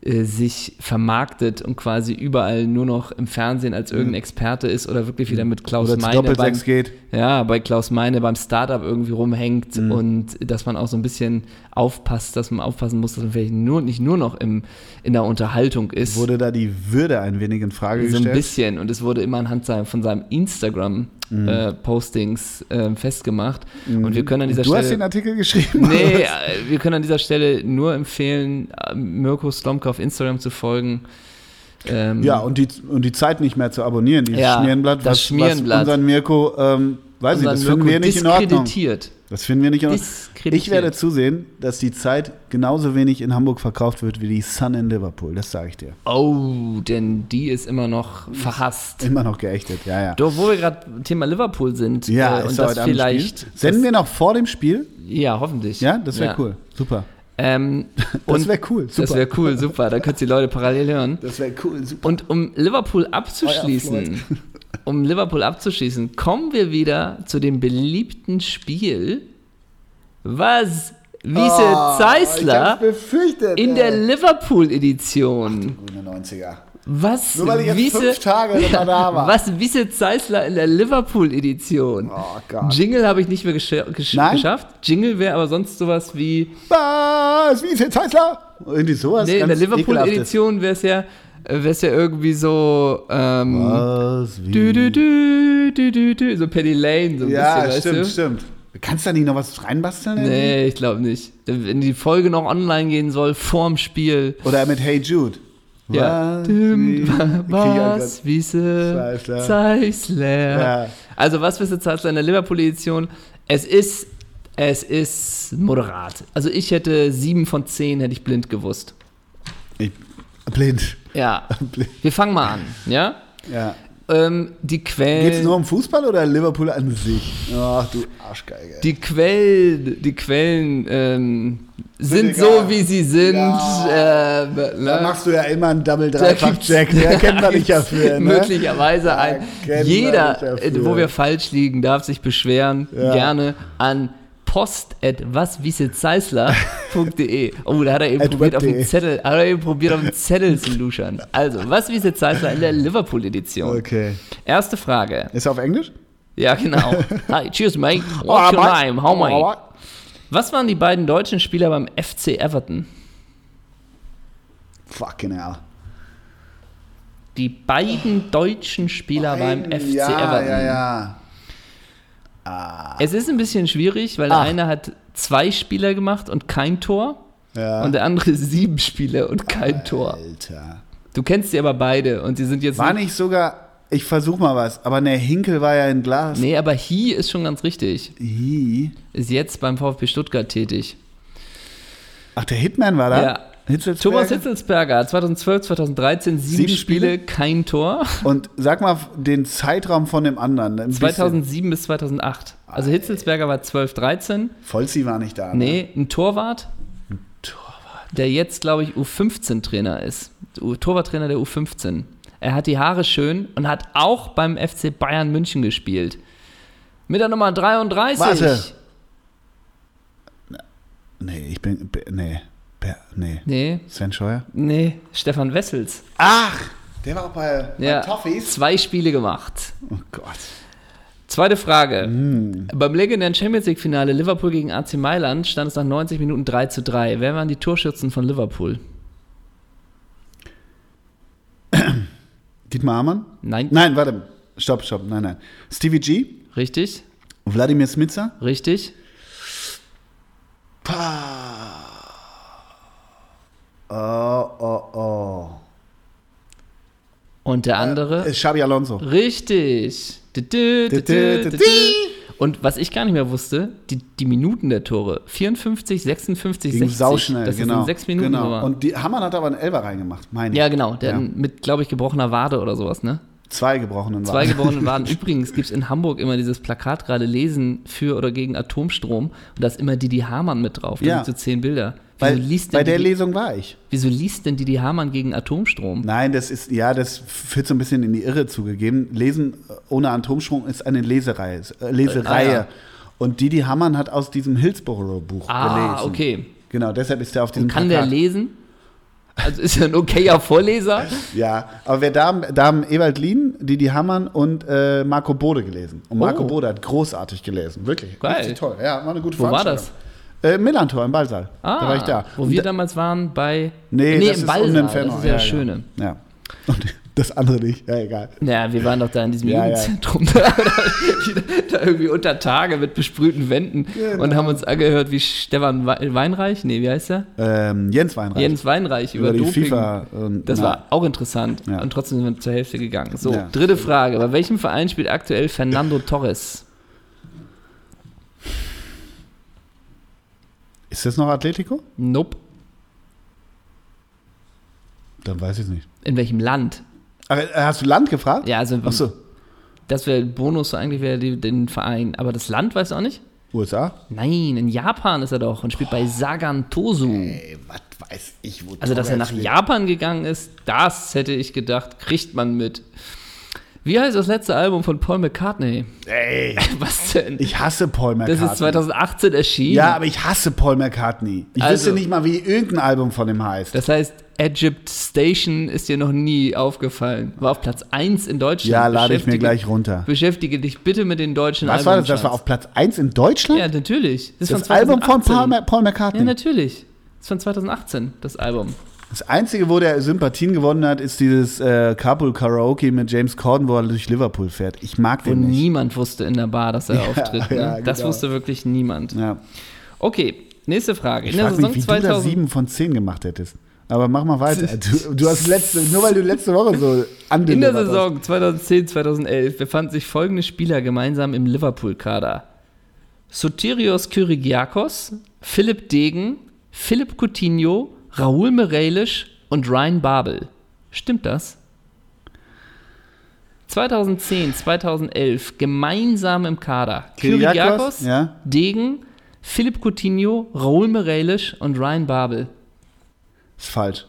Speaker 4: äh, sich vermarktet und quasi überall nur noch im Fernsehen als irgendein Experte ist oder wirklich wieder mit Klaus
Speaker 3: Mhm. Oder zu
Speaker 4: Meine beim,
Speaker 3: Doppelsechs geht. Mhm.
Speaker 4: ja, bei Klaus Meine beim Startup irgendwie rumhängt und dass man auch so ein bisschen aufpasst, dass man aufpassen muss, dass man vielleicht nur, nicht nur noch im, in der Unterhaltung ist.
Speaker 3: Wurde da die Würde ein wenig in Frage
Speaker 4: So
Speaker 3: gestellt?
Speaker 4: ein bisschen. Und es wurde immer anhand sein- von seinem
Speaker 3: Mhm.
Speaker 4: Instagram-Postings ähm, festgemacht. Und wir können an dieser
Speaker 3: Du hast den
Speaker 4: Stelle.
Speaker 3: Artikel geschrieben.
Speaker 4: Nee,
Speaker 3: [laughs]
Speaker 4: äh, wir können an dieser Stelle nur empfehlen, äh, Mirko Slomka auf Instagram zu folgen. Ähm,
Speaker 3: Ja, und die, und die Zeit nicht mehr zu abonnieren, dieses
Speaker 4: Ja,
Speaker 3: Schmierenblatt,
Speaker 4: das
Speaker 3: was,
Speaker 4: Schmierenblatt.
Speaker 3: was unseren Mirko, ähm, Weiß ich,
Speaker 4: unseren
Speaker 3: das finden
Speaker 4: Mirko
Speaker 3: wir nicht in Ordnung.
Speaker 4: diskreditiert.
Speaker 3: Das finden wir nicht in Ordnung.
Speaker 4: Diskreditiert.
Speaker 3: Ich werde zusehen, dass die Zeit genauso wenig in Hamburg verkauft wird wie die Sun in Liverpool. Das sage ich dir.
Speaker 4: Oh, denn die ist immer noch verhasst.
Speaker 3: Immer noch geächtet, ja, ja.
Speaker 4: Doch, wo wir gerade Thema Liverpool sind
Speaker 3: ja,
Speaker 4: äh,
Speaker 3: ist
Speaker 4: und
Speaker 3: ja
Speaker 4: das
Speaker 3: heute Abend
Speaker 4: vielleicht.
Speaker 3: Spiel. Senden wir noch vor dem Spiel?
Speaker 4: Ja, hoffentlich.
Speaker 3: Ja, das wäre
Speaker 4: Ja.
Speaker 3: cool. Super.
Speaker 4: Ähm,
Speaker 3: [laughs] Das
Speaker 4: und-
Speaker 3: wäre cool. Super.
Speaker 4: Das wäre cool, super. Dann könnt ihr die Leute parallel hören.
Speaker 3: Das wäre cool. Super.
Speaker 4: Und um Liverpool abzuschließen, [laughs] um Liverpool abzuschließen, kommen wir wieder zu dem beliebten Spiel, was Wiese
Speaker 3: Oh, Ah,
Speaker 4: Zeisler
Speaker 3: befürchtet.
Speaker 4: in der Liverpool-Edition.
Speaker 3: grüne 90er.
Speaker 4: Was
Speaker 3: Nur weil ich jetzt
Speaker 4: Wiese-
Speaker 3: fünf Tage nicht
Speaker 4: [laughs]
Speaker 3: mehr da war.
Speaker 4: Was Wiese Zeisler in der Liverpool-Edition.
Speaker 3: Oh Gott.
Speaker 4: Jingle habe ich nicht mehr gesch gesch
Speaker 3: Nein?
Speaker 4: geschafft. Jingle wäre aber sonst sowas wie
Speaker 3: Was? Wie ist jetzt Zeissler? Irgendwie sowas.
Speaker 4: Nee, in der
Speaker 3: ganz Ekelhaftes.
Speaker 4: Liverpool-Edition wäre es ja, äh, wär's ja irgendwie so. Ähm,
Speaker 3: Was? Wie?
Speaker 4: dü, dü, dü, dü, dü, dü, so Penny Lane, so ein
Speaker 3: Hm. ja,
Speaker 4: bisschen,
Speaker 3: stimmt,
Speaker 4: weißt du?
Speaker 3: stimmt. Kannst du da nicht noch was reinbasteln? irgendwie?
Speaker 4: Nee, ich glaube nicht. Wenn die Folge noch online gehen soll, vorm Spiel.
Speaker 3: Oder mit Hey Jude.
Speaker 4: Ja.
Speaker 3: Was? Wie?
Speaker 4: Dim, wa-
Speaker 3: Krieg ich auch grad-
Speaker 4: Was? Wiese?
Speaker 3: Zeissler.
Speaker 4: Zeissler.
Speaker 3: Ja.
Speaker 4: Also, was bist du Zeissler in der Liverpool-Edition? Es ist. Es ist moderat. Also ich hätte sieben von zehn hätte ich blind gewusst.
Speaker 3: Ich, blind.
Speaker 4: Ja.
Speaker 3: [laughs] Blind.
Speaker 4: Wir fangen mal an, ja?
Speaker 3: Ja.
Speaker 4: Ähm, die Quellen.
Speaker 3: Geht es nur um Fußball oder Liverpool an sich? Ach du Arschgeige.
Speaker 4: die Quellen, die Quellen ähm, sind
Speaker 3: egal.
Speaker 4: so, wie sie sind.
Speaker 3: Ja.
Speaker 4: ähm, ne?
Speaker 3: da machst du ja immer einen Double
Speaker 4: Da
Speaker 3: Dreifach
Speaker 4: gibt's- [laughs]
Speaker 3: Jack. Der kennt man nicht
Speaker 4: da
Speaker 3: dafür. Ne?
Speaker 4: gibt's Möglicherweise ein.
Speaker 3: kennt man
Speaker 4: Jeder,
Speaker 3: nicht dafür.
Speaker 4: äh, wo wir falsch liegen, darf sich beschweren.
Speaker 3: Ja.
Speaker 4: Gerne an post.waswiesezeisler.de. Oh, da hat er eben
Speaker 3: At
Speaker 4: probiert auf
Speaker 3: web.de.
Speaker 4: dem Zettel, hat er eben probiert auf dem Zettel zu luschern. Also, was Zeisler in der Liverpool-Edition?
Speaker 3: Okay.
Speaker 4: Erste Frage.
Speaker 3: Ist er auf Englisch? [laughs]
Speaker 4: Ja, genau. Hi, cheers, mate. What's your
Speaker 3: Oh, mate.
Speaker 4: name? How mate?
Speaker 3: Oh,
Speaker 4: Was waren die beiden deutschen Spieler beim FC Everton?
Speaker 3: Fucking hell.
Speaker 4: Die beiden deutschen Spieler beim FC
Speaker 3: ja,
Speaker 4: Everton.
Speaker 3: Ja, ja,
Speaker 4: Es ist ein bisschen schwierig, weil der eine hat zwei Spieler gemacht und kein Tor
Speaker 3: ja.
Speaker 4: und der andere [laughs] sieben Spiele und kein Tor.
Speaker 3: Alter.
Speaker 4: Du kennst sie aber beide und sie sind jetzt.
Speaker 3: War nicht sogar, ich versuch mal was, aber ne, Hinkel war ja in Glas.
Speaker 4: nee, aber He ist schon ganz richtig.
Speaker 3: Hi.
Speaker 4: Ist jetzt beim VfB Stuttgart tätig.
Speaker 3: Ach, der Hitman war da?
Speaker 4: Ja.
Speaker 3: Hitzelsberger?
Speaker 4: Thomas Hitzelsberger, 2012, 2013, sieben,
Speaker 3: Sieben
Speaker 4: Spiele,
Speaker 3: Spiele?
Speaker 4: kein Tor.
Speaker 3: Und sag mal den Zeitraum von dem anderen. Ein bisschen.
Speaker 4: 2007 bis 2008. Also Hitzelsberger war 12, 13.
Speaker 3: Volzi war nicht da. ne?
Speaker 4: Nee, ein Torwart. Der jetzt, glaube ich, U15-Trainer ist. U- Torwarttrainer der U15. Er hat die Haare schön und hat auch beim FC Bayern München gespielt. Mit der Nummer 33.
Speaker 3: Warte. Nee, ich bin. be- Nee. Be- Nee.
Speaker 4: Nee,
Speaker 3: Sven Scheuer?
Speaker 4: nee, Stefan Wessels.
Speaker 3: Ach! Der war auch bei, bei
Speaker 4: Ja,
Speaker 3: Toffees.
Speaker 4: zwei Spiele gemacht.
Speaker 3: Oh Gott.
Speaker 4: Zweite Frage.
Speaker 3: Hm.
Speaker 4: Beim legendären Champions League-Finale Liverpool gegen AC Mailand stand es nach 90 Minuten 3 zu 3. Wer waren die Torschützen von Liverpool?
Speaker 3: Dietmar Hamann?
Speaker 4: Nein.
Speaker 3: Nein, warte. Stopp, stopp. Nein, nein. Stevie G?
Speaker 4: Richtig?
Speaker 3: Wladimir Smitsa?
Speaker 4: Richtig?
Speaker 3: Oh, oh, oh.
Speaker 4: Und der andere?
Speaker 3: Äh, Xabi Alonso.
Speaker 4: Richtig. Dü- dü- dü- dü- dü- dü. Und was ich gar nicht mehr wusste, die, die Minuten der Tore. 54, 56,
Speaker 3: Ging
Speaker 4: 60.
Speaker 3: sauschnell,
Speaker 4: das
Speaker 3: genau.
Speaker 4: ist in sechs Minuten
Speaker 3: genau.
Speaker 4: genau.
Speaker 3: Und die Hamann hat aber einen Elber reingemacht, meine ich.
Speaker 4: Ja, genau. Der
Speaker 3: Ja.
Speaker 4: hat mit, glaube ich, gebrochener Wade oder sowas, ne?
Speaker 3: Zwei gebrochenen
Speaker 4: Zwei
Speaker 3: Waden. [laughs]
Speaker 4: gebrochene Waden. Übrigens gibt es in Hamburg immer dieses Plakat gerade lesen für oder gegen Atomstrom. Und da ist immer Didi Hamann mit drauf. Da
Speaker 3: Ja.
Speaker 4: sind so zehn Bilder.
Speaker 3: Weil, bei der
Speaker 4: Didi,
Speaker 3: Lesung war ich.
Speaker 4: wieso liest denn Didi Hamann gegen Atomstrom?
Speaker 3: Nein, das ist, ja, das führt so ein bisschen in die Irre zugegeben. Lesen äh, ohne Atomstrom ist eine Leserei, ist, äh, Lesereihe.
Speaker 4: Ah, ja.
Speaker 3: Und Didi Hamann hat aus diesem Hillsborough-Buch
Speaker 4: Ah,
Speaker 3: gelesen.
Speaker 4: okay.
Speaker 3: Genau, deshalb ist er auf diesem
Speaker 4: Kann der
Speaker 3: Plakat.
Speaker 4: lesen? Also ist er ein
Speaker 3: [laughs]
Speaker 4: okayer Vorleser?
Speaker 3: Ja, aber wir, da, haben, da haben Ewald Lien, Didi Hamann und äh, Marco Bode gelesen. Und Marco
Speaker 4: Oh.
Speaker 3: Bode hat großartig gelesen, wirklich.
Speaker 4: Geil.
Speaker 3: Richtig toll. Ja, war eine gute
Speaker 4: Wo war
Speaker 3: Veranstaltung. Äh, Millantor im Ballsaal.
Speaker 4: Ah,
Speaker 3: da war ich da.
Speaker 4: Wo
Speaker 3: Und
Speaker 4: wir
Speaker 3: da-
Speaker 4: damals waren bei.
Speaker 3: Nee, das ist
Speaker 4: Ballsaal,
Speaker 3: unten im Fernrohr.
Speaker 4: Das ist ja, das Schöne.
Speaker 3: Ja. ja. Und [laughs] das andere nicht, ja, egal.
Speaker 4: Naja, wir waren doch da in diesem
Speaker 3: Ja, ja.
Speaker 4: Jugendzentrum. [laughs] Da, da irgendwie unter Tage mit besprühten Wänden
Speaker 3: Genau.
Speaker 4: und haben uns angehört, wie Stefan We- Weinreich, nee, wie heißt er?
Speaker 3: Ähm, Jens Weinreich.
Speaker 4: Jens Weinreich über,
Speaker 3: über die
Speaker 4: Doping.
Speaker 3: FIFA. Und,
Speaker 4: Das
Speaker 3: na,
Speaker 4: war auch interessant.
Speaker 3: Ja.
Speaker 4: Und trotzdem sind wir zur Hälfte gegangen. So,
Speaker 3: Ja.
Speaker 4: dritte Frage. Bei welchem Verein spielt aktuell Fernando Torres?
Speaker 3: Ist das noch Atletico?
Speaker 4: Nope.
Speaker 3: Dann weiß ich nicht.
Speaker 4: In welchem Land?
Speaker 3: Ach, äh, hast du Land gefragt?
Speaker 4: Ja, also
Speaker 3: Ach so,
Speaker 4: das wäre Bonus eigentlich wäre die- den Verein. Aber das Land weiß auch nicht?
Speaker 3: USA?
Speaker 4: Nein, in Japan ist er doch und spielt bei Sagan Tosu.
Speaker 3: Ey, was weiß ich, wo
Speaker 4: Also, dass er nach Japan gegangen ist, das hätte ich gedacht, kriegt man mit. Wie heißt das letzte Album von Paul McCartney? [laughs]
Speaker 3: Ey,
Speaker 4: Was denn?
Speaker 3: ich hasse Paul McCartney.
Speaker 4: das ist 2018 erschienen.
Speaker 3: Ja, aber ich hasse Paul McCartney. Ich
Speaker 4: Also-
Speaker 3: wüsste nicht mal, wie irgendein Album von ihm heißt.
Speaker 4: Das heißt, Egypt Station ist dir noch nie aufgefallen. War auf Platz 1 in Deutschland.
Speaker 3: Ja, lade ich mir
Speaker 4: Beschäftige-
Speaker 3: gleich runter.
Speaker 4: Beschäftige dich bitte mit den deutschen
Speaker 3: Was war das? Das war auf Platz 1 in Deutschland?
Speaker 4: Ja, natürlich. Das,
Speaker 3: das Album von Paul, Ma- Paul
Speaker 4: Ja,
Speaker 3: McCartney.
Speaker 4: natürlich. Das ist von 2018, das Album.
Speaker 3: das Einzige, wo der Sympathien gewonnen hat, ist dieses äh, Carpool Karaoke mit James Corden, wo er durch Liverpool fährt. Ich mag
Speaker 4: Wo
Speaker 3: den nicht.
Speaker 4: niemand wusste in der Bar, dass er auftritt.
Speaker 3: [laughs]
Speaker 4: Ne?
Speaker 3: ja,
Speaker 4: Das
Speaker 3: genau.
Speaker 4: wusste wirklich niemand.
Speaker 3: Ja.
Speaker 4: Okay, nächste Frage.
Speaker 3: Ich frage mich, wie du da 7 von 10 gemacht hättest. Aber mach mal weiter. Du, du hast letzte, nur weil du letzte Woche so
Speaker 4: In der
Speaker 3: andelivered hast.
Speaker 4: Saison 2010, 2011 befanden sich folgende Spieler gemeinsam im Liverpool-Kader: Sotirios Kyriakos, Philipp Degen, Philipp Coutinho, Raúl Mireles und Ryan Babel. Stimmt das? 2010, 2011 gemeinsam im Kader:
Speaker 3: Kyriakos,
Speaker 4: Kyriakos,
Speaker 3: ja.
Speaker 4: Degen, Philipp Coutinho, Raúl Mireles und Ryan Babel.
Speaker 3: Ist falsch.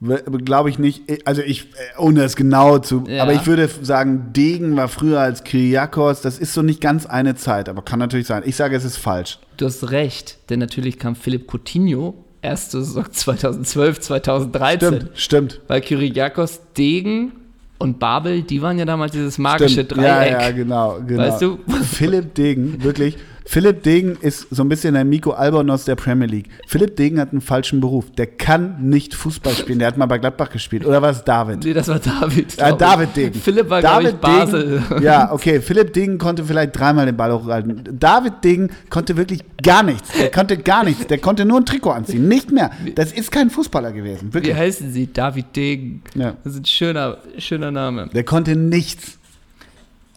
Speaker 3: Glaube ich nicht. Also ich, äh, ohne es genau zu,
Speaker 4: Ja.
Speaker 3: aber ich würde f- sagen, Degen war früher als Kyriakos. Das ist so nicht ganz eine Zeit, aber kann natürlich sein. Ich sage, es ist falsch.
Speaker 4: Du hast recht, denn natürlich kam Philipp Coutinho erste Saison [laughs] 2012, 2013.
Speaker 3: Stimmt, stimmt.
Speaker 4: Weil Kyriakos, Degen und Babel, die waren ja damals dieses magische
Speaker 3: stimmt.
Speaker 4: Dreieck.
Speaker 3: Ja, ja, genau, genau.
Speaker 4: Weißt du?
Speaker 3: Philipp Degen, wirklich. Philipp Degen ist so ein bisschen der Miko Albonos der Premier League. Philipp Degen hat einen falschen Beruf. Der kann nicht Fußball spielen. Der hat mal bei Gladbach gespielt. Oder war es David?
Speaker 4: Nee, das war David.
Speaker 3: Äh,
Speaker 4: glaub ich.
Speaker 3: David Degen.
Speaker 4: Philipp war, glaube ich,
Speaker 3: David
Speaker 4: Basel.
Speaker 3: Degen, ja, okay. Philipp Degen konnte vielleicht dreimal den Ball hochhalten. David Degen konnte wirklich gar nichts. Der konnte gar nichts. Der konnte nur ein Trikot anziehen. Nicht mehr. Das ist kein Fußballer gewesen.
Speaker 4: [laughs] Wie
Speaker 3: Wirklich.
Speaker 4: heißen sie? David Degen.
Speaker 3: Ja.
Speaker 4: Das ist ein schöner, schöner Name.
Speaker 3: Der konnte nichts.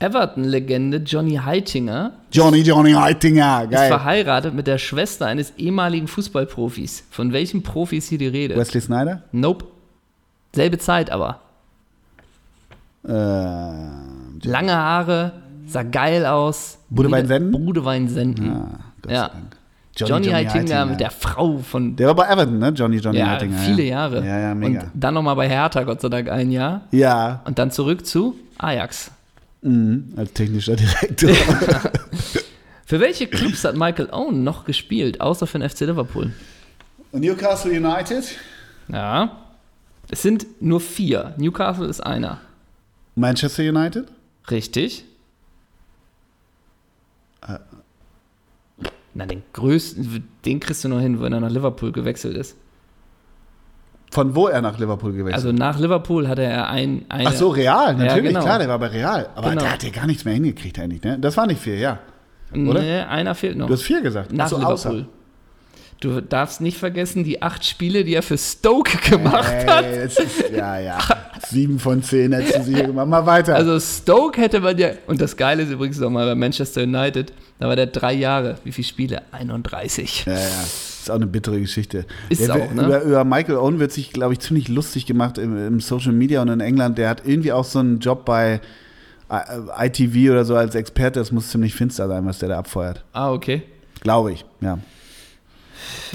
Speaker 4: Everton-Legende Johnny Heitinger
Speaker 3: Johnny, Johnny Heitinger.
Speaker 4: ist
Speaker 3: Geil.
Speaker 4: verheiratet mit der Schwester eines ehemaligen Fußballprofis. Von welchem Profi ist hier die Rede?
Speaker 3: Wesley Snyder?
Speaker 4: Nope. Selbe Zeit aber.
Speaker 3: Äh, Ähm,
Speaker 4: Lange Haare, sah geil aus.
Speaker 3: Budewein Senden?
Speaker 4: Budewein Senden.
Speaker 3: Gott
Speaker 4: ja.
Speaker 3: sei Dank.
Speaker 4: Johnny, Heitinger mit der Frau von
Speaker 3: Der war bei Everton, ne? Johnny, Johnny
Speaker 4: ja,
Speaker 3: Heitinger.
Speaker 4: viele
Speaker 3: ja.
Speaker 4: Jahre.
Speaker 3: Ja, ja, mega.
Speaker 4: Und dann nochmal bei Hertha, Gott sei Dank, ein Jahr.
Speaker 3: ja,
Speaker 4: Und dann zurück zu Ajax.
Speaker 3: als technischer [laughs] Direktor.
Speaker 4: Für welche Clubs hat Michael Owen noch gespielt, außer für den FC Liverpool?
Speaker 3: Und Newcastle United?
Speaker 4: Ja. Es sind nur vier. Newcastle ist einer.
Speaker 3: Manchester United?
Speaker 4: Richtig.
Speaker 3: Äh.
Speaker 4: Na, den größten, den kriegst du nur hin, wenn er nach Liverpool gewechselt ist.
Speaker 3: Von wo er nach Liverpool gewechselt
Speaker 4: Also nach Liverpool hatte er ein, eine,
Speaker 3: Ach so, Real, natürlich,
Speaker 4: Also, genau.
Speaker 3: klar, der war bei Real. Aber
Speaker 4: Genau.
Speaker 3: der hat ja gar nichts mehr hingekriegt eigentlich, ne? Das war nicht viel, ja. oder?
Speaker 4: Nee, einer fehlt noch.
Speaker 3: Du hast vier gesagt.
Speaker 4: nach
Speaker 3: Ach so,
Speaker 4: Liverpool. Du darfst nicht vergessen, die acht Spiele, die er für Stoke [laughs] gemacht
Speaker 3: Außer.
Speaker 4: hat.
Speaker 3: Ey, das ist, ja, ja. Sieben von zehn hättest
Speaker 4: [laughs]
Speaker 3: du sie gemacht. Mal weiter.
Speaker 4: Also Stoke hätte man ja, und das Geile ist übrigens nochmal bei Manchester United, da war der drei Jahre. Wie viele Spiele? 31.
Speaker 3: ja, ja. Ist auch eine bittere Geschichte.
Speaker 4: Ist
Speaker 3: der,
Speaker 4: auch, ne?
Speaker 3: über, über Michael Owen wird sich, glaube ich, ziemlich lustig gemacht im, im Social Media und in England. Der hat irgendwie auch so einen Job bei äh, ITV oder so als Experte. Das muss ziemlich finster sein, was der da abfeuert.
Speaker 4: Ah, okay.
Speaker 3: Glaube ich, ja.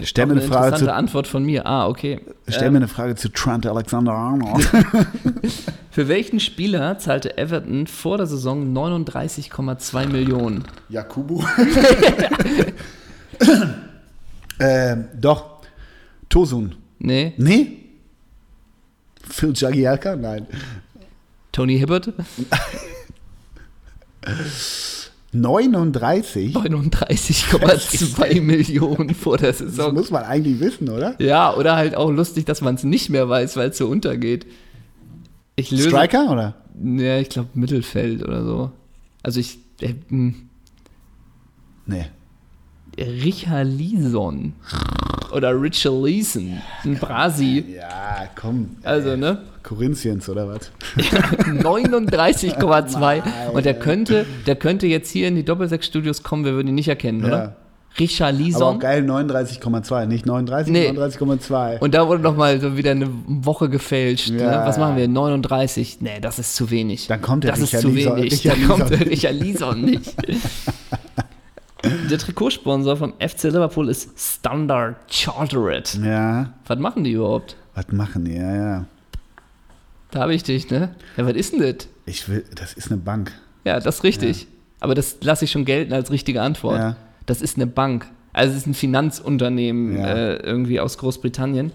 Speaker 3: Stell mir
Speaker 4: Eine
Speaker 3: eine Frage
Speaker 4: interessante
Speaker 3: zu
Speaker 4: Antwort von mir. Ah, okay.
Speaker 3: Stell mir eine Frage zu Trent Alexander
Speaker 4: [laughs]
Speaker 3: Arnold.
Speaker 4: Für welchen Spieler zahlte Everton vor der Saison 39,2 Millionen? [laughs]
Speaker 3: Jakubu. [laughs] ähm, doch. Tosun.
Speaker 4: Nee,
Speaker 3: Nee? Phil Jagielka?
Speaker 4: [laughs]
Speaker 3: Nein.
Speaker 4: Tony Hibbert?
Speaker 3: 39? [laughs]
Speaker 4: 39,2 Millionen vor der
Speaker 3: Das
Speaker 4: Saison.
Speaker 3: muss man eigentlich wissen, oder?
Speaker 4: Ja, oder halt auch lustig, dass man es nicht mehr weiß, weil es so untergeht. Ich löse.
Speaker 3: Striker, oder?
Speaker 4: Ja, ich glaube Mittelfeld oder so. Also ich. Äh, m,
Speaker 3: Nee.
Speaker 4: Richard Lison. Oder Richard Leeson. Ein Brasi.
Speaker 3: Ja, komm.
Speaker 4: Also, ne?
Speaker 3: Corinthians, oder was? [laughs]
Speaker 4: 39,2. Und der könnte, der könnte jetzt hier in die Doppelsechs-Studios kommen, wir würden ihn nicht erkennen, oder? Richarlison.
Speaker 3: Aber auch geil 39,2, nicht 39,
Speaker 4: Nee.
Speaker 3: 39,2.
Speaker 4: Und da wurde nochmal so wieder eine Woche gefälscht. Ne?
Speaker 3: Ja.
Speaker 4: Was machen wir? 39? Nee, das ist zu wenig.
Speaker 3: Dann kommt der
Speaker 4: Das ist zu
Speaker 3: Richarlison-
Speaker 4: wenig. Da
Speaker 3: Richarlison.
Speaker 4: kommt der Richarlison nicht.
Speaker 3: [laughs]
Speaker 4: der Trikotsponsor vom FC Liverpool ist Standard Chartered.
Speaker 3: Ja,
Speaker 4: Was machen die überhaupt?
Speaker 3: was machen die? Ja, ja.
Speaker 4: Da habe ich dich, ne? Ja, was ist denn das?
Speaker 3: Ich will, das ist eine Bank.
Speaker 4: Ja, das ist richtig. Aber das lasse ich schon gelten als richtige Antwort.
Speaker 3: Ja.
Speaker 4: Das ist eine Bank. Also es ist ein Finanzunternehmen
Speaker 3: Ja.
Speaker 4: äh, irgendwie aus Großbritannien.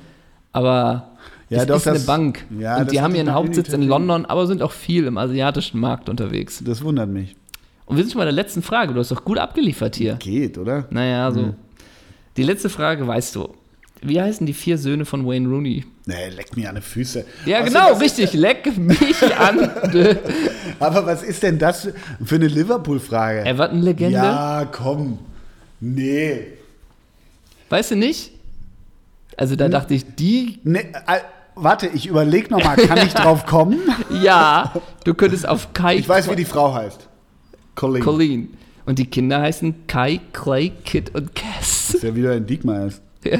Speaker 4: Aber
Speaker 3: Ja,
Speaker 4: es
Speaker 3: doch,
Speaker 4: ist eine
Speaker 3: das-
Speaker 4: Bank.
Speaker 3: ja,
Speaker 4: und
Speaker 3: das eh
Speaker 4: die haben
Speaker 3: hatte ich
Speaker 4: ihren
Speaker 3: noch
Speaker 4: Hauptsitz in
Speaker 3: initiativ.
Speaker 4: London, aber sind auch viel im asiatischen Markt unterwegs.
Speaker 3: Das wundert mich.
Speaker 4: Und wir sind schon bei der letzten Frage. Du hast doch gut abgeliefert hier.
Speaker 3: Geht, oder?
Speaker 4: Naja,
Speaker 3: Hm.
Speaker 4: so. Die letzte Frage weißt du. Wie heißen die vier Söhne von Wayne Rooney?
Speaker 3: Nee, leck mir an die Füße.
Speaker 4: Ja,
Speaker 3: Was
Speaker 4: genau,
Speaker 3: ist das-
Speaker 4: richtig. Leck mich an.
Speaker 3: [laughs] Aber was ist denn das für eine Liverpool-Frage?
Speaker 4: Everton-Legende?
Speaker 3: Ja, komm. Nee.
Speaker 4: Weißt du nicht? Also
Speaker 3: Hm?
Speaker 4: da dachte ich, die
Speaker 3: nee äh, warte, ich überlege nochmal. Kann
Speaker 4: [laughs]
Speaker 3: ich drauf kommen?
Speaker 4: Ja, du könntest auf Kai
Speaker 3: Ich weiß, wie die Frau heißt. Colleen. Colleen.
Speaker 4: Colleen. Und die Kinder heißen Kai, Clay, Kit und Cass.
Speaker 3: Ist ja wieder ein Diekmeier. ist.
Speaker 4: [laughs]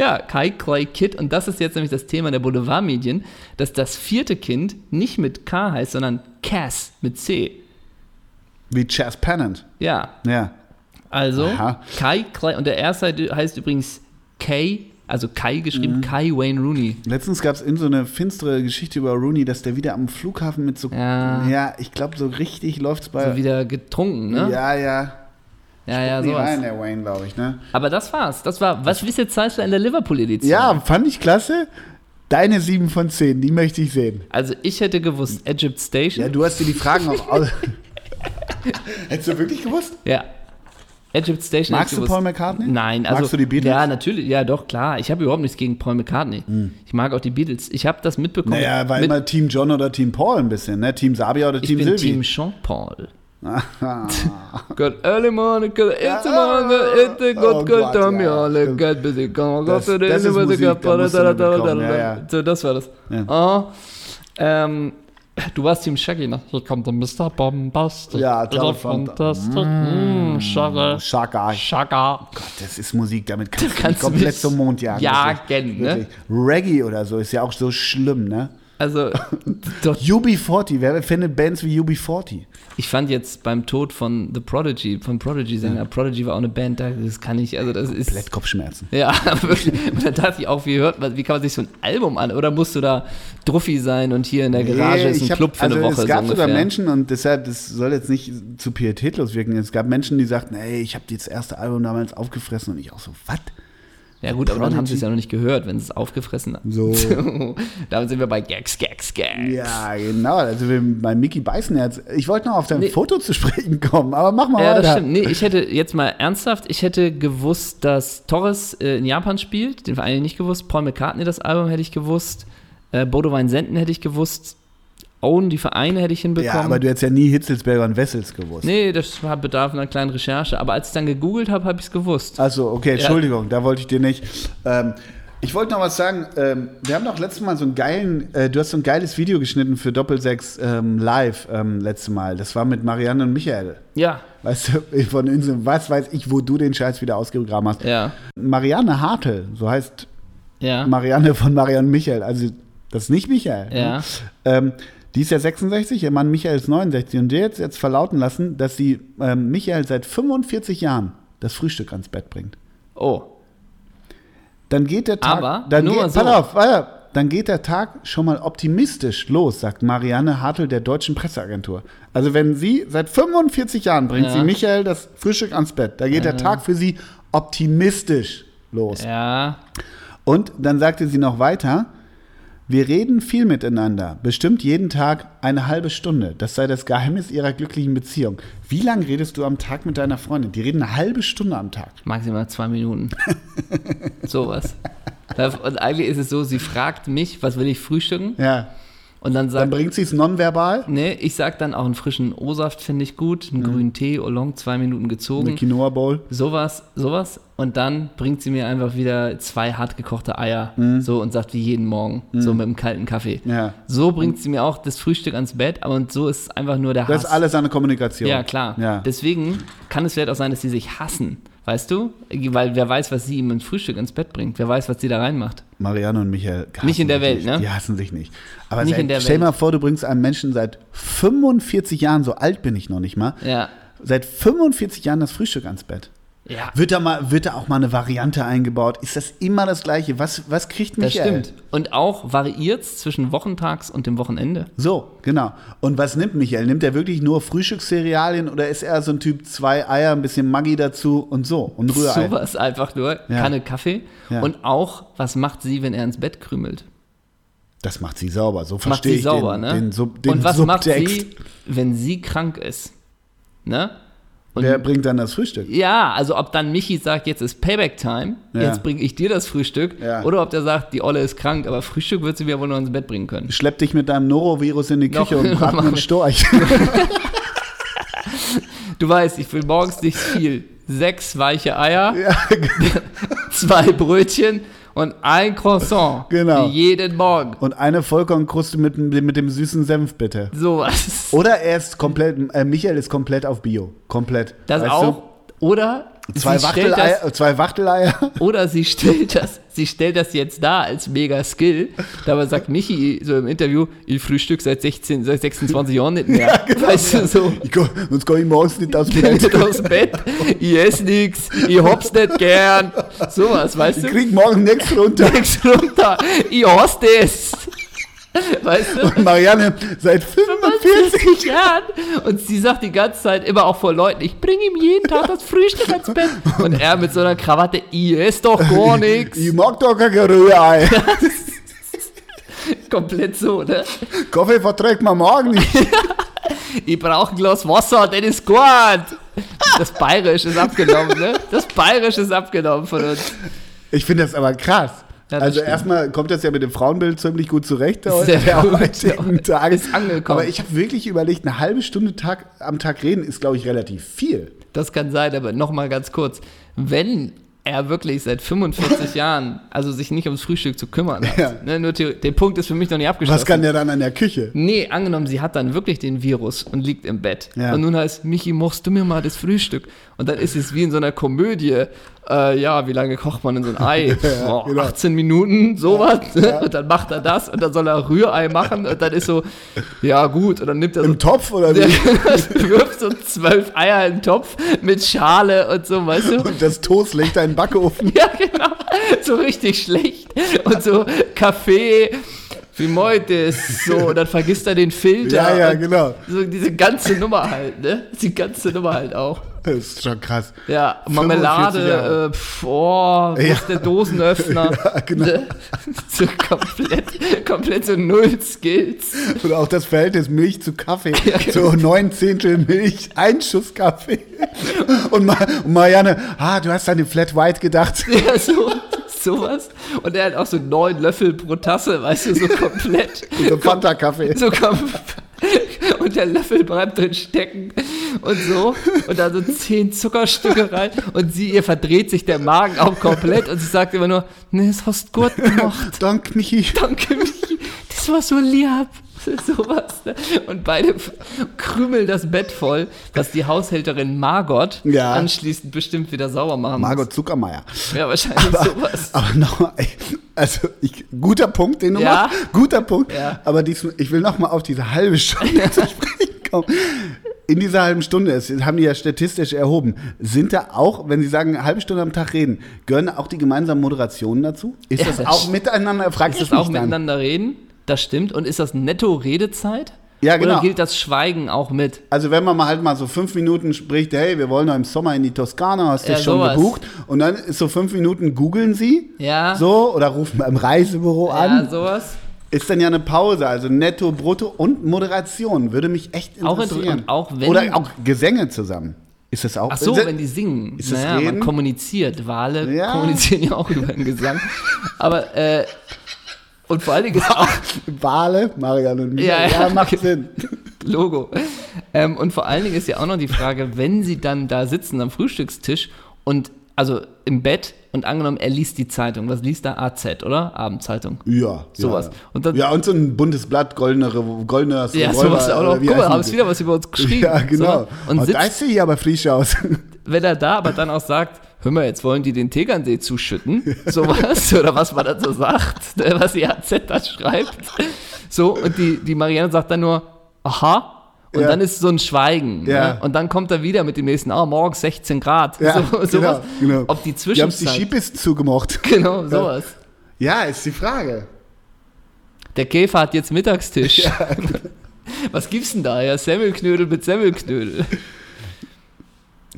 Speaker 4: Ja, Kai, Clay, Kit. Und das ist jetzt nämlich das Thema der Boulevardmedien, dass das vierte Kind nicht mit K heißt, sondern Cass mit C.
Speaker 3: Wie Chas Pennant.
Speaker 4: Ja,
Speaker 3: Ja.
Speaker 4: also
Speaker 3: Aha.
Speaker 4: Kai, Clay. Und der erste heißt übrigens Kay, also Kai
Speaker 3: Mhm.
Speaker 4: geschrieben, Kai Wayne Rooney.
Speaker 3: Letztens gab es in so eine finstere Geschichte über Rooney, dass der wieder am Flughafen mit so.
Speaker 4: Ja.
Speaker 3: ich glaube, so richtig läuft es bei.
Speaker 4: So wieder getrunken, ne?
Speaker 3: Ja, ja.
Speaker 4: ja, ja
Speaker 3: Nie rein,
Speaker 4: sowas.
Speaker 3: der Wayne, glaube ich, ne?
Speaker 4: Aber das war's. Das war, was wisst Zeissler in der Liverpool-Edition?
Speaker 3: Ja, fand ich klasse. Deine 7 von 10, die möchte ich sehen.
Speaker 4: Also ich hätte gewusst, Egypt Station.
Speaker 3: Ja, du hast dir die Fragen auch aus. [laughs] Hättest du wirklich gewusst?
Speaker 4: Ja. Egypt Station.
Speaker 3: Magst
Speaker 4: hätte ich
Speaker 3: du
Speaker 4: gewusst.
Speaker 3: Paul McCartney?
Speaker 4: Nein, also.
Speaker 3: Magst du die Beatles?
Speaker 4: Ja, natürlich. Ja, doch, klar. Ich habe überhaupt nichts gegen Paul McCartney. Ich mag auch die Beatles. Ich habe das mitbekommen.
Speaker 3: Hm. Naja, war
Speaker 4: mit,
Speaker 3: immer Team John oder Team Paul ein bisschen, ne? Team Sabia oder
Speaker 4: ich
Speaker 3: Team
Speaker 4: bin
Speaker 3: Silvi.
Speaker 4: Team Jean-Paul.
Speaker 3: Ah,
Speaker 4: Good early morning, good it's a morning, it's a
Speaker 3: Oh
Speaker 4: good good
Speaker 3: Gott,
Speaker 4: time,
Speaker 3: ja,
Speaker 4: ja, alle
Speaker 3: stimmt.
Speaker 4: good busy, come on, go
Speaker 3: Das-
Speaker 4: to the
Speaker 3: das ist
Speaker 4: university,
Speaker 3: Musik, da musst du
Speaker 4: da, da,
Speaker 3: eine
Speaker 4: da, da,
Speaker 3: bekommen,
Speaker 4: da, da.
Speaker 3: ja, ja.
Speaker 4: So, das war das.
Speaker 3: Ja.
Speaker 4: Oh, ähm, du warst Team Shaggy, ne? Hier kommt der Mr. Bombastic.
Speaker 3: Ja,
Speaker 4: der Fantastic. Mm, Shaggy.
Speaker 3: Shaka.
Speaker 4: Shaggy.
Speaker 3: Das ist Musik, damit kannst, du
Speaker 4: kannst
Speaker 3: kannst
Speaker 4: du
Speaker 3: komplett
Speaker 4: nicht
Speaker 3: zum Mond jagen.
Speaker 4: jagen, ne?
Speaker 3: Das ist wirklich- Reggae oder so ist ja auch so schlimm, ne? [laughs]
Speaker 4: Also, doch,
Speaker 3: UB40, wer findet Bands wie UB40?
Speaker 4: ich fand jetzt beim Tod von The Prodigy, von Prodigy-Sänger, Prodigy war auch eine Band, da- das kann ich, also das ist.
Speaker 3: Komplett Kopfschmerzen.
Speaker 4: Ja, [laughs] wirklich. Und dann dachte ich auch, wie hört man, wie kann man sich so ein Album an? Oder musst du da Druffi sein und hier in der Garage
Speaker 3: Nee,
Speaker 4: ist ein
Speaker 3: ich hab-
Speaker 4: Club für
Speaker 3: also
Speaker 4: eine Woche?
Speaker 3: Es gab
Speaker 4: so
Speaker 3: sogar
Speaker 4: ungefähr.
Speaker 3: Menschen, und deshalb, das soll jetzt nicht zu pietätlos wirken, es gab Menschen, die sagten, ey, ich habe das erste Album damals aufgefressen und ich auch so, was?
Speaker 4: Ja, gut, aber dann haben sie es
Speaker 3: Prodigy.
Speaker 4: ja noch nicht gehört, wenn sie es aufgefressen haben.
Speaker 3: So.
Speaker 4: Damit sind wir bei Gags, Gags, Gags.
Speaker 3: [laughs] Ja, genau. Also wir- bei Mickey Beißenherz. Ich wollte noch auf dein
Speaker 4: Nee.
Speaker 3: Foto zu sprechen kommen, aber mach mal
Speaker 4: Ja,
Speaker 3: weiter.
Speaker 4: das stimmt. Nee, ich hätte jetzt mal ernsthaft, ich hätte gewusst, dass Torres äh, in Japan spielt, den Verein nicht gewusst, Paul McCartney das Album hätte ich gewusst, äh, Bodo Weinsenden hätte ich gewusst, Owen die Vereine hätte ich hinbekommen.
Speaker 3: Ja, aber du hättest ja nie Hitzelsberger und Wessels gewusst.
Speaker 4: nee, das hat bedarf einer kleinen Recherche, aber als ich dann gegoogelt habe, habe ich es gewusst.
Speaker 3: Also okay, Entschuldigung, da wollte ich dir nicht. Ähm, ich wollte noch was sagen. Ähm, wir haben doch letztes Mal so einen geilen, äh, du hast so ein geiles Video geschnitten für Doppelsechs ähm, live ähm, letztes Mal. Das war mit Marianne und Michael.
Speaker 4: Ja,
Speaker 3: Weißt du, [laughs] von Inseln, was weiß ich, wo du den Scheiß wieder ausgegraben hast.
Speaker 4: ja,
Speaker 3: Marianne Hartl, so heißt
Speaker 4: ja.
Speaker 3: Marianne von Marianne Michael, also das ist nicht Michael.
Speaker 4: Ja.
Speaker 3: Ne? Ähm, die ist ja 66, ihr Mann Michael ist 69 und der hat jetzt verlauten lassen, dass sie ähm, Michael seit 45 Jahren das Frühstück ans Bett bringt.
Speaker 4: Oh,
Speaker 3: Dann geht der Tag,
Speaker 4: Aber
Speaker 3: dann
Speaker 4: nur
Speaker 3: geht,
Speaker 4: mal so.
Speaker 3: pass auf, pass auf, dann geht der Tag schon mal optimistisch los, sagt Marianne Hartl der deutschen Presseagentur. Also wenn sie seit 45 Jahren bringt
Speaker 4: Ja.
Speaker 3: sie Michael das Frühstück ans Bett, da geht der Tag für sie optimistisch los.
Speaker 4: ja.
Speaker 3: Und dann sagte sie noch weiter, wir reden viel miteinander, bestimmt jeden Tag eine halbe Stunde. Das sei das Geheimnis ihrer glücklichen Beziehung. Wie lange redest du am Tag mit deiner Freundin? Die reden eine halbe Stunde am Tag.
Speaker 4: Maximal zwei
Speaker 3: [laughs]
Speaker 4: Minuten. Sowas. Und eigentlich ist es so, sie fragt mich, was will ich frühstücken?
Speaker 3: Ja.
Speaker 4: Und dann
Speaker 3: Dann
Speaker 4: sagt
Speaker 3: bringt sie es nonverbal.
Speaker 4: Nee, ich sag dann auch einen frischen O-Saft finde ich gut, einen grünen Tee, Oolong, zwei Minuten
Speaker 3: Mhm. Eine
Speaker 4: gezogen.
Speaker 3: Quinoa Bowl.
Speaker 4: Sowas, sowas. und dann bringt sie mir einfach wieder zwei hart gekochte Eier so und sagt wie jeden Morgen, so mit einem kalten Kaffee.
Speaker 3: Mhm. Ja.
Speaker 4: So bringt sie mir auch das Frühstück ans Bett, aber und so ist einfach nur der Hass.
Speaker 3: Das ist alles eine Kommunikation.
Speaker 4: Ja, klar.
Speaker 3: Ja.
Speaker 4: Deswegen kann es vielleicht auch sein, dass sie sich hassen. Weißt du? Weil wer weiß, was sie ihm ein Frühstück ins Bett bringt. Wer weiß, was sie da reinmacht.
Speaker 3: Marianne und Michael. hassen
Speaker 4: Nicht in der
Speaker 3: sich
Speaker 4: Welt,
Speaker 3: nicht.
Speaker 4: ne?
Speaker 3: Die hassen sich nicht. Aber
Speaker 4: Nicht
Speaker 3: seit,
Speaker 4: in der
Speaker 3: stell
Speaker 4: Welt.
Speaker 3: mal vor, du bringst einem Menschen seit 45 Jahren, so alt bin ich noch nicht mal,
Speaker 4: Ja.
Speaker 3: seit 45 Jahren das Frühstück ans Bett.
Speaker 4: Ja.
Speaker 3: Wird da, mal, wird da auch mal eine Variante eingebaut? Ist das immer das Gleiche? Was, was kriegt
Speaker 4: Das
Speaker 3: Michael?
Speaker 4: stimmt. Und auch variiert es zwischen Wochentags und dem Wochenende.
Speaker 3: So, genau. Und was nimmt Michael? Nimmt er wirklich nur Frühstückscerealien oder ist er so ein Typ, zwei Eier, ein bisschen Maggi dazu und so? Und Rührei?
Speaker 4: Sowas einfach nur.
Speaker 3: Ja.
Speaker 4: Kanne Kaffee.
Speaker 3: Ja.
Speaker 4: Und auch, was macht sie, wenn er ins Bett krümelt?
Speaker 3: Das macht sie sauber. So
Speaker 4: Macht
Speaker 3: verstehe
Speaker 4: sie
Speaker 3: ich
Speaker 4: sauber,
Speaker 3: den,
Speaker 4: ne?
Speaker 3: den, Sub, den
Speaker 4: und was
Speaker 3: Subtext.
Speaker 4: macht sie, wenn sie krank ist? Ne? Und
Speaker 3: Wer bringt dann das Frühstück?
Speaker 4: Ja, also ob dann Michi sagt, jetzt ist Payback-Time,
Speaker 3: Ja.
Speaker 4: jetzt bringe ich dir das Frühstück.
Speaker 3: Ja.
Speaker 4: Oder ob der sagt, die Olle ist krank, aber Frühstück wird sie mir wohl noch ins Bett bringen können.
Speaker 3: Schlepp dich mit deinem Norovirus in die
Speaker 4: Noch-
Speaker 3: Küche
Speaker 4: [laughs]
Speaker 3: und brat mir einen Storch.
Speaker 4: Du weißt, ich will morgens nicht viel. Sechs weiche Eier,
Speaker 3: ja, genau.
Speaker 4: [laughs] zwei Brötchen und ein Croissant.
Speaker 3: Genau.
Speaker 4: Jeden Morgen.
Speaker 3: und eine Vollkornkruste mit, dem- mit dem süßen Senf, bitte.
Speaker 4: Sowas.
Speaker 3: Oder er ist komplett, äh, Michael ist komplett auf Bio. Komplett.
Speaker 4: Das
Speaker 3: Weißt
Speaker 4: auch. Oder
Speaker 3: Du? Zwei,
Speaker 4: sie stellt das,
Speaker 3: Wachteleier, äh, zwei Wachteleier. [laughs]
Speaker 4: oder sie stellt das, sie stellt das jetzt da als mega Skill. Dabei sagt Michi so im Interview, ich frühstück seit 16, seit 26 Jahren nicht
Speaker 3: [laughs]
Speaker 4: mehr.
Speaker 3: genau.
Speaker 4: weißt du so.
Speaker 3: Ich komm, sonst komm ich morgens nicht
Speaker 4: [laughs]
Speaker 3: aus dem
Speaker 4: bin
Speaker 3: Bett.
Speaker 4: nicht aus dem Bett, ich esse nix, ich hab's nicht gern. Sowas, weißt
Speaker 3: Ich
Speaker 4: du?
Speaker 3: krieg morgen nichts
Speaker 4: [laughs]
Speaker 3: runter.
Speaker 4: Nix runter, ich hasse das. Weißt du?
Speaker 3: Marianne, seit 45
Speaker 4: 40 Jahren. Und sie sagt die ganze Zeit immer auch vor Leuten, ich bringe ihm jeden Tag das Frühstück ans Bett. Und er mit so einer Krawatte, ich esse doch
Speaker 3: [laughs]
Speaker 4: gar nix.
Speaker 3: Ich mag doch kein
Speaker 4: [laughs]
Speaker 3: Rührei.
Speaker 4: Komplett so, ne?
Speaker 3: Kaffee verträgt man morgen nicht.
Speaker 4: Ich brauche ein Glas Wasser, das ist gut. Das Bayerisch ist abgenommen, ne? Das Bayerisch ist abgenommen von uns.
Speaker 3: Ich finde das aber krass.
Speaker 4: Ja, das
Speaker 3: also
Speaker 4: stimmt.
Speaker 3: erstmal kommt das ja mit dem Frauenbild ziemlich gut zurecht der, [laughs]
Speaker 4: Sehr
Speaker 3: der
Speaker 4: gut.
Speaker 3: heutigen Tage.
Speaker 4: Ist angekommen.
Speaker 3: Aber ich habe wirklich überlegt, eine halbe Stunde Tag, am Tag reden ist, glaube ich, relativ viel.
Speaker 4: Das kann sein, aber nochmal ganz kurz. Wenn er wirklich seit
Speaker 3: [laughs]
Speaker 4: 45 Jahren, also sich nicht ums Frühstück zu kümmern hat,
Speaker 3: Ja.
Speaker 4: ne, nur Theor- der Punkt ist für mich noch nicht abgeschlossen.
Speaker 3: Was kann der dann an der Küche?
Speaker 4: Nee, angenommen, sie hat dann wirklich den Virus und liegt im Bett.
Speaker 3: Ja.
Speaker 4: Und nun heißt, Michi, machst du mir mal das Frühstück? Und dann ist es wie in so einer Komödie. Äh, ja, wie lange kocht man denn so ein
Speaker 3: [laughs]
Speaker 4: Ei?
Speaker 3: Ja,
Speaker 4: oh,
Speaker 3: genau.
Speaker 4: 18 Minuten, sowas. Und dann macht er das und dann soll er Rührei machen und dann ist so, ja gut. Und dann nimmt er so
Speaker 3: Im Topf oder
Speaker 4: der
Speaker 3: wie?
Speaker 4: [laughs] wirft so zwölf Eier in den Topf mit Schale und so,
Speaker 3: [laughs]
Speaker 4: weißt du?
Speaker 3: [laughs] Und das Toast legt einen
Speaker 4: [laughs]
Speaker 3: Backofen.
Speaker 4: Ja, genau. So richtig schlecht. Und so Kaffee, wie meut ist, so, und dann vergisst er den Filter.
Speaker 3: Ja, ja,
Speaker 4: und
Speaker 3: genau.
Speaker 4: So diese ganze Nummer halt, ne? Die ganze Nummer halt auch.
Speaker 3: Das ist schon krass.
Speaker 4: Ja,
Speaker 3: 45 Jahre.
Speaker 4: Marmelade, äh, pf, oh, wo
Speaker 3: Ja.
Speaker 4: ist der Dosenöffner?
Speaker 3: [laughs] Ja, genau.
Speaker 4: Ne? So komplett, komplett so null Skills.
Speaker 3: Und auch das Verhältnis Milch zu Kaffee.
Speaker 4: [laughs] Ja. genau.
Speaker 3: So neun Zehntel Milch, ein Schuss
Speaker 4: [laughs]
Speaker 3: Kaffee. Und, Ma und Marianne, ah, du hast an den Flat White
Speaker 4: [laughs]
Speaker 3: gedacht.
Speaker 4: Ja, so, sowas. Und er hat auch so neun Löffel pro Tasse, weißt du, so komplett.
Speaker 3: So Fanta-Kaffee.
Speaker 4: So kom und der Löffel bleibt drin stecken und so. Und dann so zehn Zuckerstücke rein. Und sie, ihr verdreht sich der Magen auch komplett. Und sie sagt immer nur, nee, das hast du gut gemacht.
Speaker 3: Dank, Michi.
Speaker 4: Danke, Michi. Das war so lieb. [laughs] Sowas. Ne? Und beide f- krümeln das Bett voll, was die Haushälterin Margot
Speaker 3: Ja.
Speaker 4: anschließend bestimmt wieder sauber machen muss.
Speaker 3: Margot Zuckermeier.
Speaker 4: Ja, wahrscheinlich Also, sowas.
Speaker 3: Aber nochmal, also ich, guter Punkt, den du
Speaker 4: Ja.
Speaker 3: machst. Guter Punkt.
Speaker 4: Ja.
Speaker 3: Aber diesmal, ich will nochmal auf diese halbe Stunde zu sprechen kommen. In dieser halben Stunde, das haben die ja statistisch erhoben, sind da auch, wenn sie sagen, eine halbe Stunde am Tag reden, gehören auch die gemeinsamen Moderationen dazu? Ist
Speaker 4: Ja,
Speaker 3: das,
Speaker 4: das
Speaker 3: auch
Speaker 4: st-
Speaker 3: miteinander? Fragst
Speaker 4: Ist
Speaker 3: du
Speaker 4: das auch
Speaker 3: mich dann?
Speaker 4: miteinander reden? Das stimmt. Und ist das netto Redezeit?
Speaker 3: Ja, genau.
Speaker 4: Oder gilt das Schweigen auch mit?
Speaker 3: Also wenn man mal halt mal so fünf Minuten spricht, hey, wir wollen doch im Sommer in die Toskana, hast du
Speaker 4: Ja,
Speaker 3: dich schon
Speaker 4: sowas.
Speaker 3: gebucht? Und dann ist so fünf Minuten googeln sie,
Speaker 4: Ja.
Speaker 3: so, oder rufen beim Reisebüro an.
Speaker 4: Ja, sowas.
Speaker 3: Ist dann ja eine Pause, also netto, brutto und Moderation, würde mich echt
Speaker 4: Auch inter-
Speaker 3: interessieren.
Speaker 4: und auch wenn-
Speaker 3: oder auch Gesänge zusammen. Ist das auch?
Speaker 4: Ach so,
Speaker 3: ist das-
Speaker 4: wenn die singen.
Speaker 3: ist das
Speaker 4: naja, man
Speaker 3: Reden?
Speaker 4: kommuniziert. Wale
Speaker 3: Ja.
Speaker 4: kommunizieren ja auch über den Gesang. Aber, äh, und vor allen
Speaker 3: [laughs]
Speaker 4: Dingen ist auch
Speaker 3: Wale, Marianne und mir. Ja,
Speaker 4: Ja, ja.
Speaker 3: macht Sinn.
Speaker 4: Logo. Ähm, und vor allen Dingen ist ja auch noch die Frage, wenn sie dann da sitzen am Frühstückstisch und also im Bett und angenommen, er liest die Zeitung. Was liest er? AZ, oder? Abendzeitung.
Speaker 3: Ja.
Speaker 4: Sowas.
Speaker 3: Ja, ja.
Speaker 4: Und dann-
Speaker 3: ja, und so ein buntes Blatt, goldener, Re- goldener
Speaker 4: Ja,
Speaker 3: Revolver,
Speaker 4: sowas auch
Speaker 3: oder
Speaker 4: noch.
Speaker 3: äh, wie
Speaker 4: Guck mal,
Speaker 3: heißen
Speaker 4: haben
Speaker 3: die?
Speaker 4: es wieder was über uns geschrieben.
Speaker 3: Ja, genau.
Speaker 4: So, ne? und
Speaker 3: und da
Speaker 4: sitzt,
Speaker 3: ist sie hier aber frisch aus.
Speaker 4: wenn er da aber dann auch sagt, hör mal, jetzt wollen die den Tegernsee zuschütten, sowas, oder was man dann so sagt, ne, was die AZ da schreibt. So, und die, die Marianne sagt dann nur, aha. Und
Speaker 3: Ja.
Speaker 4: dann ist so ein Schweigen.
Speaker 3: Ja.
Speaker 4: Ne? Und dann kommt er wieder mit dem nächsten, ah, morgen 16 Grad.
Speaker 3: Ja,
Speaker 4: so, sowas. Ob die
Speaker 3: Wir haben die
Speaker 4: Zwischenzeit.
Speaker 3: Skipisten zugemocht.
Speaker 4: genau, sowas.
Speaker 3: [laughs] Ja, ist die Frage.
Speaker 4: Der Käfer hat jetzt Mittagstisch. [laughs] Was gibt's denn da? Ja, Semmelknödel mit Semmelknödel.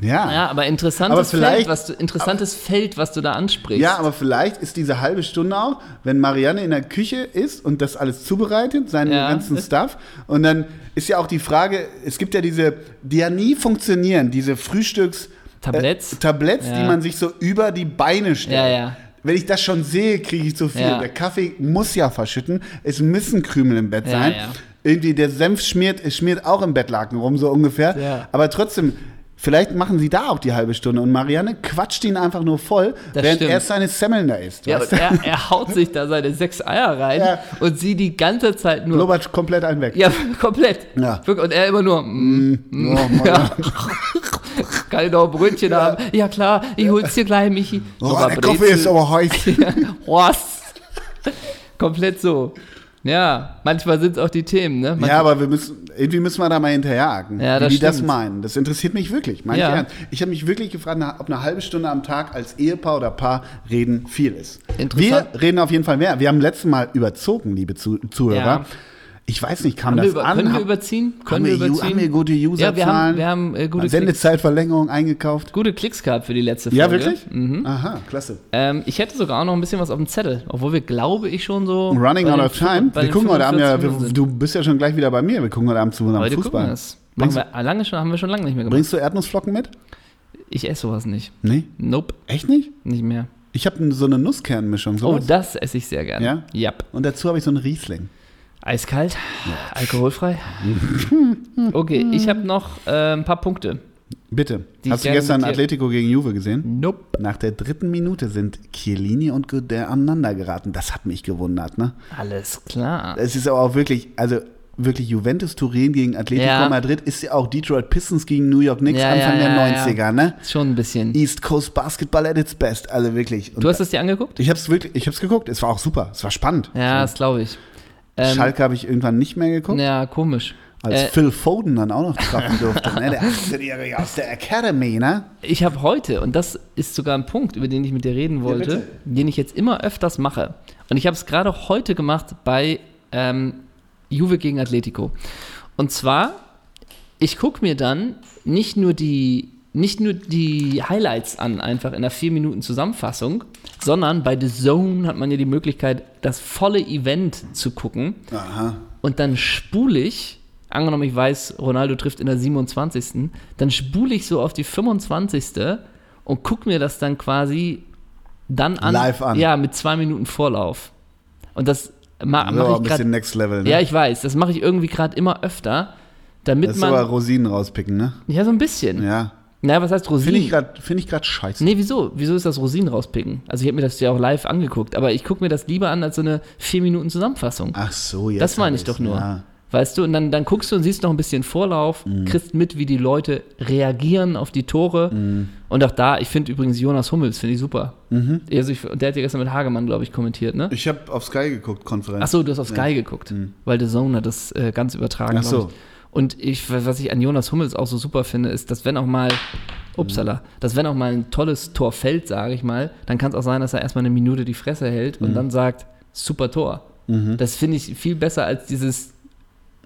Speaker 3: Ja.
Speaker 4: Ja, aber interessantes,
Speaker 3: Aber vielleicht-
Speaker 4: Feld, was du, interessantes Feld, was du da ansprichst.
Speaker 3: Ja, äh, aber vielleicht ist diese halbe Stunde auch, wenn Marianne in der Küche ist und das alles zubereitet, seinen
Speaker 4: Ja.
Speaker 3: ganzen Stuff. Und dann ist ja auch die Frage, es gibt ja diese, die ja nie funktionieren, diese Frühstücks...
Speaker 4: Tabletts?
Speaker 3: Äh, Tabletts,
Speaker 4: Ja.
Speaker 3: die man sich so über die Beine stellt.
Speaker 4: Ja, ja.
Speaker 3: Wenn ich das schon sehe, kriege ich zu viel.
Speaker 4: Ja.
Speaker 3: Der Kaffee muss ja verschütten. Es müssen Krümel im Bett
Speaker 4: Ja,
Speaker 3: sein.
Speaker 4: ja.
Speaker 3: Irgendwie der Senf schmiert, es schmiert auch im Bettlaken rum, so ungefähr.
Speaker 4: Ja.
Speaker 3: Aber trotzdem, vielleicht machen sie da auch die halbe Stunde. Und Marianne quatscht ihn einfach nur voll,
Speaker 4: Das
Speaker 3: während
Speaker 4: stimmt.
Speaker 3: er seine Semmeln da isst.
Speaker 4: Ja,
Speaker 3: weißt
Speaker 4: und
Speaker 3: du? [laughs]
Speaker 4: er, er haut sich da seine sechs Eier rein
Speaker 3: Ja.
Speaker 4: und sie die ganze Zeit nur.
Speaker 3: Blubbert komplett einen weg.
Speaker 4: Ja, komplett.
Speaker 3: Ja.
Speaker 4: Wirklich, Und er immer nur, mm,
Speaker 3: Oh, Mann.
Speaker 4: ja. [laughs] kann ich noch ein Brötchen haben? Ja klar, ich hol's dir gleich, Michi.
Speaker 3: Oh,
Speaker 4: Noch ein
Speaker 3: der
Speaker 4: Brezel.
Speaker 3: Kaffee ist aber heiß.
Speaker 4: Horst. [laughs] Komplett so. Ja, manchmal sind es auch die Themen, ne? Manchmal,
Speaker 3: Ja, aber wir müssen, irgendwie müssen wir da mal hinterherhaken,
Speaker 4: Ja, das
Speaker 3: wie die das
Speaker 4: stimmt.
Speaker 3: meinen. Das interessiert mich wirklich. Mein
Speaker 4: Ja.
Speaker 3: ja. Ich habe mich wirklich gefragt, na- ob eine halbe Stunde am Tag als Ehepaar oder Paar reden viel ist.
Speaker 4: Interessant.
Speaker 3: Wir reden auf jeden Fall mehr. Wir haben letztes Mal überzogen, liebe Zu Zuhörer.
Speaker 4: Ja.
Speaker 3: Ich weiß nicht, kam
Speaker 4: Haben wir
Speaker 3: das
Speaker 4: über,
Speaker 3: an?
Speaker 4: können wir
Speaker 3: Hab-
Speaker 4: überziehen?
Speaker 3: haben,
Speaker 4: Können
Speaker 3: wir, Ju-
Speaker 4: überziehen?
Speaker 3: haben wir gute
Speaker 4: ja,
Speaker 3: Userzahlen?
Speaker 4: wir haben, wir haben äh, gute, Klicks,
Speaker 3: Sendezeitverlängerung eingekauft.
Speaker 4: gute Klicks gehabt für die letzte Folge. Mhm.
Speaker 3: Ja, wirklich? Aha, klasse.
Speaker 4: Ähm, ich hätte sogar auch noch ein bisschen was auf dem Zettel, obwohl wir, glaube ich, schon so.
Speaker 3: Running
Speaker 4: bei
Speaker 3: out
Speaker 4: den
Speaker 3: of
Speaker 4: fün-
Speaker 3: time.
Speaker 4: bei
Speaker 3: Wir
Speaker 4: den
Speaker 3: gucken heute Abend
Speaker 4: 45
Speaker 3: ja,
Speaker 4: Minuten
Speaker 3: wir,
Speaker 4: sind.
Speaker 3: du bist ja schon gleich wieder bei mir. Wir gucken heute Abend zusammen
Speaker 4: Heute gucken
Speaker 3: Fußball.
Speaker 4: wir es. Machen
Speaker 3: Bringst-
Speaker 4: wir lange schon, haben wir schon lange nicht mehr gemacht.
Speaker 3: Bringst du Erdnussflocken mit?
Speaker 4: Ich esse sowas nicht.
Speaker 3: Nee.
Speaker 4: Nope,
Speaker 3: Echt nicht?
Speaker 4: nicht mehr.
Speaker 3: Ich habe so eine Nusskernmischung.
Speaker 4: Oh,
Speaker 3: Sowas.
Speaker 4: das esse ich sehr gerne. Ja? Yep.
Speaker 3: Und dazu habe ich so einen Riesling.
Speaker 4: Eiskalt, alkoholfrei.
Speaker 3: [laughs]
Speaker 4: Okay, ich habe noch äh, ein paar Punkte.
Speaker 3: Bitte.
Speaker 4: Die
Speaker 3: Hast du
Speaker 4: gerne
Speaker 3: gestern
Speaker 4: mit dir-
Speaker 3: Atletico gegen Juve gesehen?
Speaker 4: Nope.
Speaker 3: Nach der dritten Minute sind Chiellini und Godet aneinander geraten. Das hat mich gewundert, ne?
Speaker 4: Alles klar.
Speaker 3: Es ist aber auch wirklich, also wirklich Juventus Turin gegen Atletico
Speaker 4: Ja.
Speaker 3: Madrid ist ja auch Detroit Pistons gegen New York Knicks
Speaker 4: Ja, ja,
Speaker 3: Anfang
Speaker 4: ja, ja.
Speaker 3: der 90er, ne?
Speaker 4: Schon ein bisschen.
Speaker 3: East Coast Basketball at its best, also wirklich. Und
Speaker 4: Du hast es dir angeguckt?
Speaker 3: ich hab's wirklich, ich hab's geguckt, es war auch super, es war spannend.
Speaker 4: Ja, das glaube ich. Ähm,
Speaker 3: Schalke habe ich irgendwann nicht mehr geguckt,
Speaker 4: Ja, komisch.
Speaker 3: als
Speaker 4: Äh,
Speaker 3: Phil Foden dann auch noch treffen durfte, ne? Der 18-Jährige aus der Academy, ne?
Speaker 4: Ich habe heute, und das ist sogar ein Punkt, über den ich mit dir reden wollte,
Speaker 3: bitte.
Speaker 4: den ich jetzt immer öfters mache. Und ich habe es gerade heute gemacht bei ähm, Juve gegen Atletico. Und zwar, ich gucke mir dann nicht nur die nicht nur die Highlights an, einfach in einer 4 Minuten Zusammenfassung, sondern bei The Zone hat man ja die Möglichkeit, das volle Event zu gucken. Und dann spule ich, angenommen ich weiß, Ronaldo trifft in der 27. Dann spule ich so auf die 25. und gucke mir das dann quasi dann an.
Speaker 3: Live an.
Speaker 4: Ja, mit zwei Minuten Vorlauf. Und das ma
Speaker 3: Ja,
Speaker 4: mache
Speaker 3: ein
Speaker 4: ich gerade.
Speaker 3: bisschen Next Level, ne?
Speaker 4: Ja, ich weiß, das mache ich irgendwie gerade immer öfter, damit
Speaker 3: das ist aber
Speaker 4: man.
Speaker 3: Rosinen rauspicken, ne?
Speaker 4: Ja, so ein bisschen.
Speaker 3: Ja.
Speaker 4: Naja, was heißt
Speaker 3: Finde ich
Speaker 4: Rosinen?
Speaker 3: gerade find ich grad scheiße.
Speaker 4: Nee, wieso? Wieso ist das Rosinen rauspicken? Also ich habe mir das ja auch live angeguckt, aber ich gucke mir das lieber an als so eine 4 Minuten Zusammenfassung.
Speaker 3: Ach so, jetzt.
Speaker 4: Das meine ich
Speaker 3: hab ich's.
Speaker 4: doch nur.
Speaker 3: Ja. Mhm.
Speaker 4: Weißt du, und dann, dann guckst du und siehst noch ein bisschen Vorlauf, kriegst mit, wie die Leute reagieren auf die Tore.
Speaker 3: Mhm.
Speaker 4: Und auch da, ich finde übrigens Jonas Hummels, finde ich super. Also ich, der hat ja gestern mit Hagemann, glaube ich, kommentiert, ne?
Speaker 3: Ich habe auf Sky geguckt, Konferenz.
Speaker 4: Achso, du hast auf Sky geguckt, weil The Zone hat das äh, ganz übertragen.
Speaker 3: Mhm. Ach so.
Speaker 4: glaub ich. Und ich, was ich an Jonas Hummels auch so super finde, ist, dass wenn auch mal,
Speaker 3: Mhm.
Speaker 4: upsala, dass wenn auch mal ein tolles Tor fällt, sage ich mal, dann kann es auch sein, dass er erstmal eine Minute die Fresse hält
Speaker 3: Mhm.
Speaker 4: und dann sagt, super Tor. Das finde ich viel besser als dieses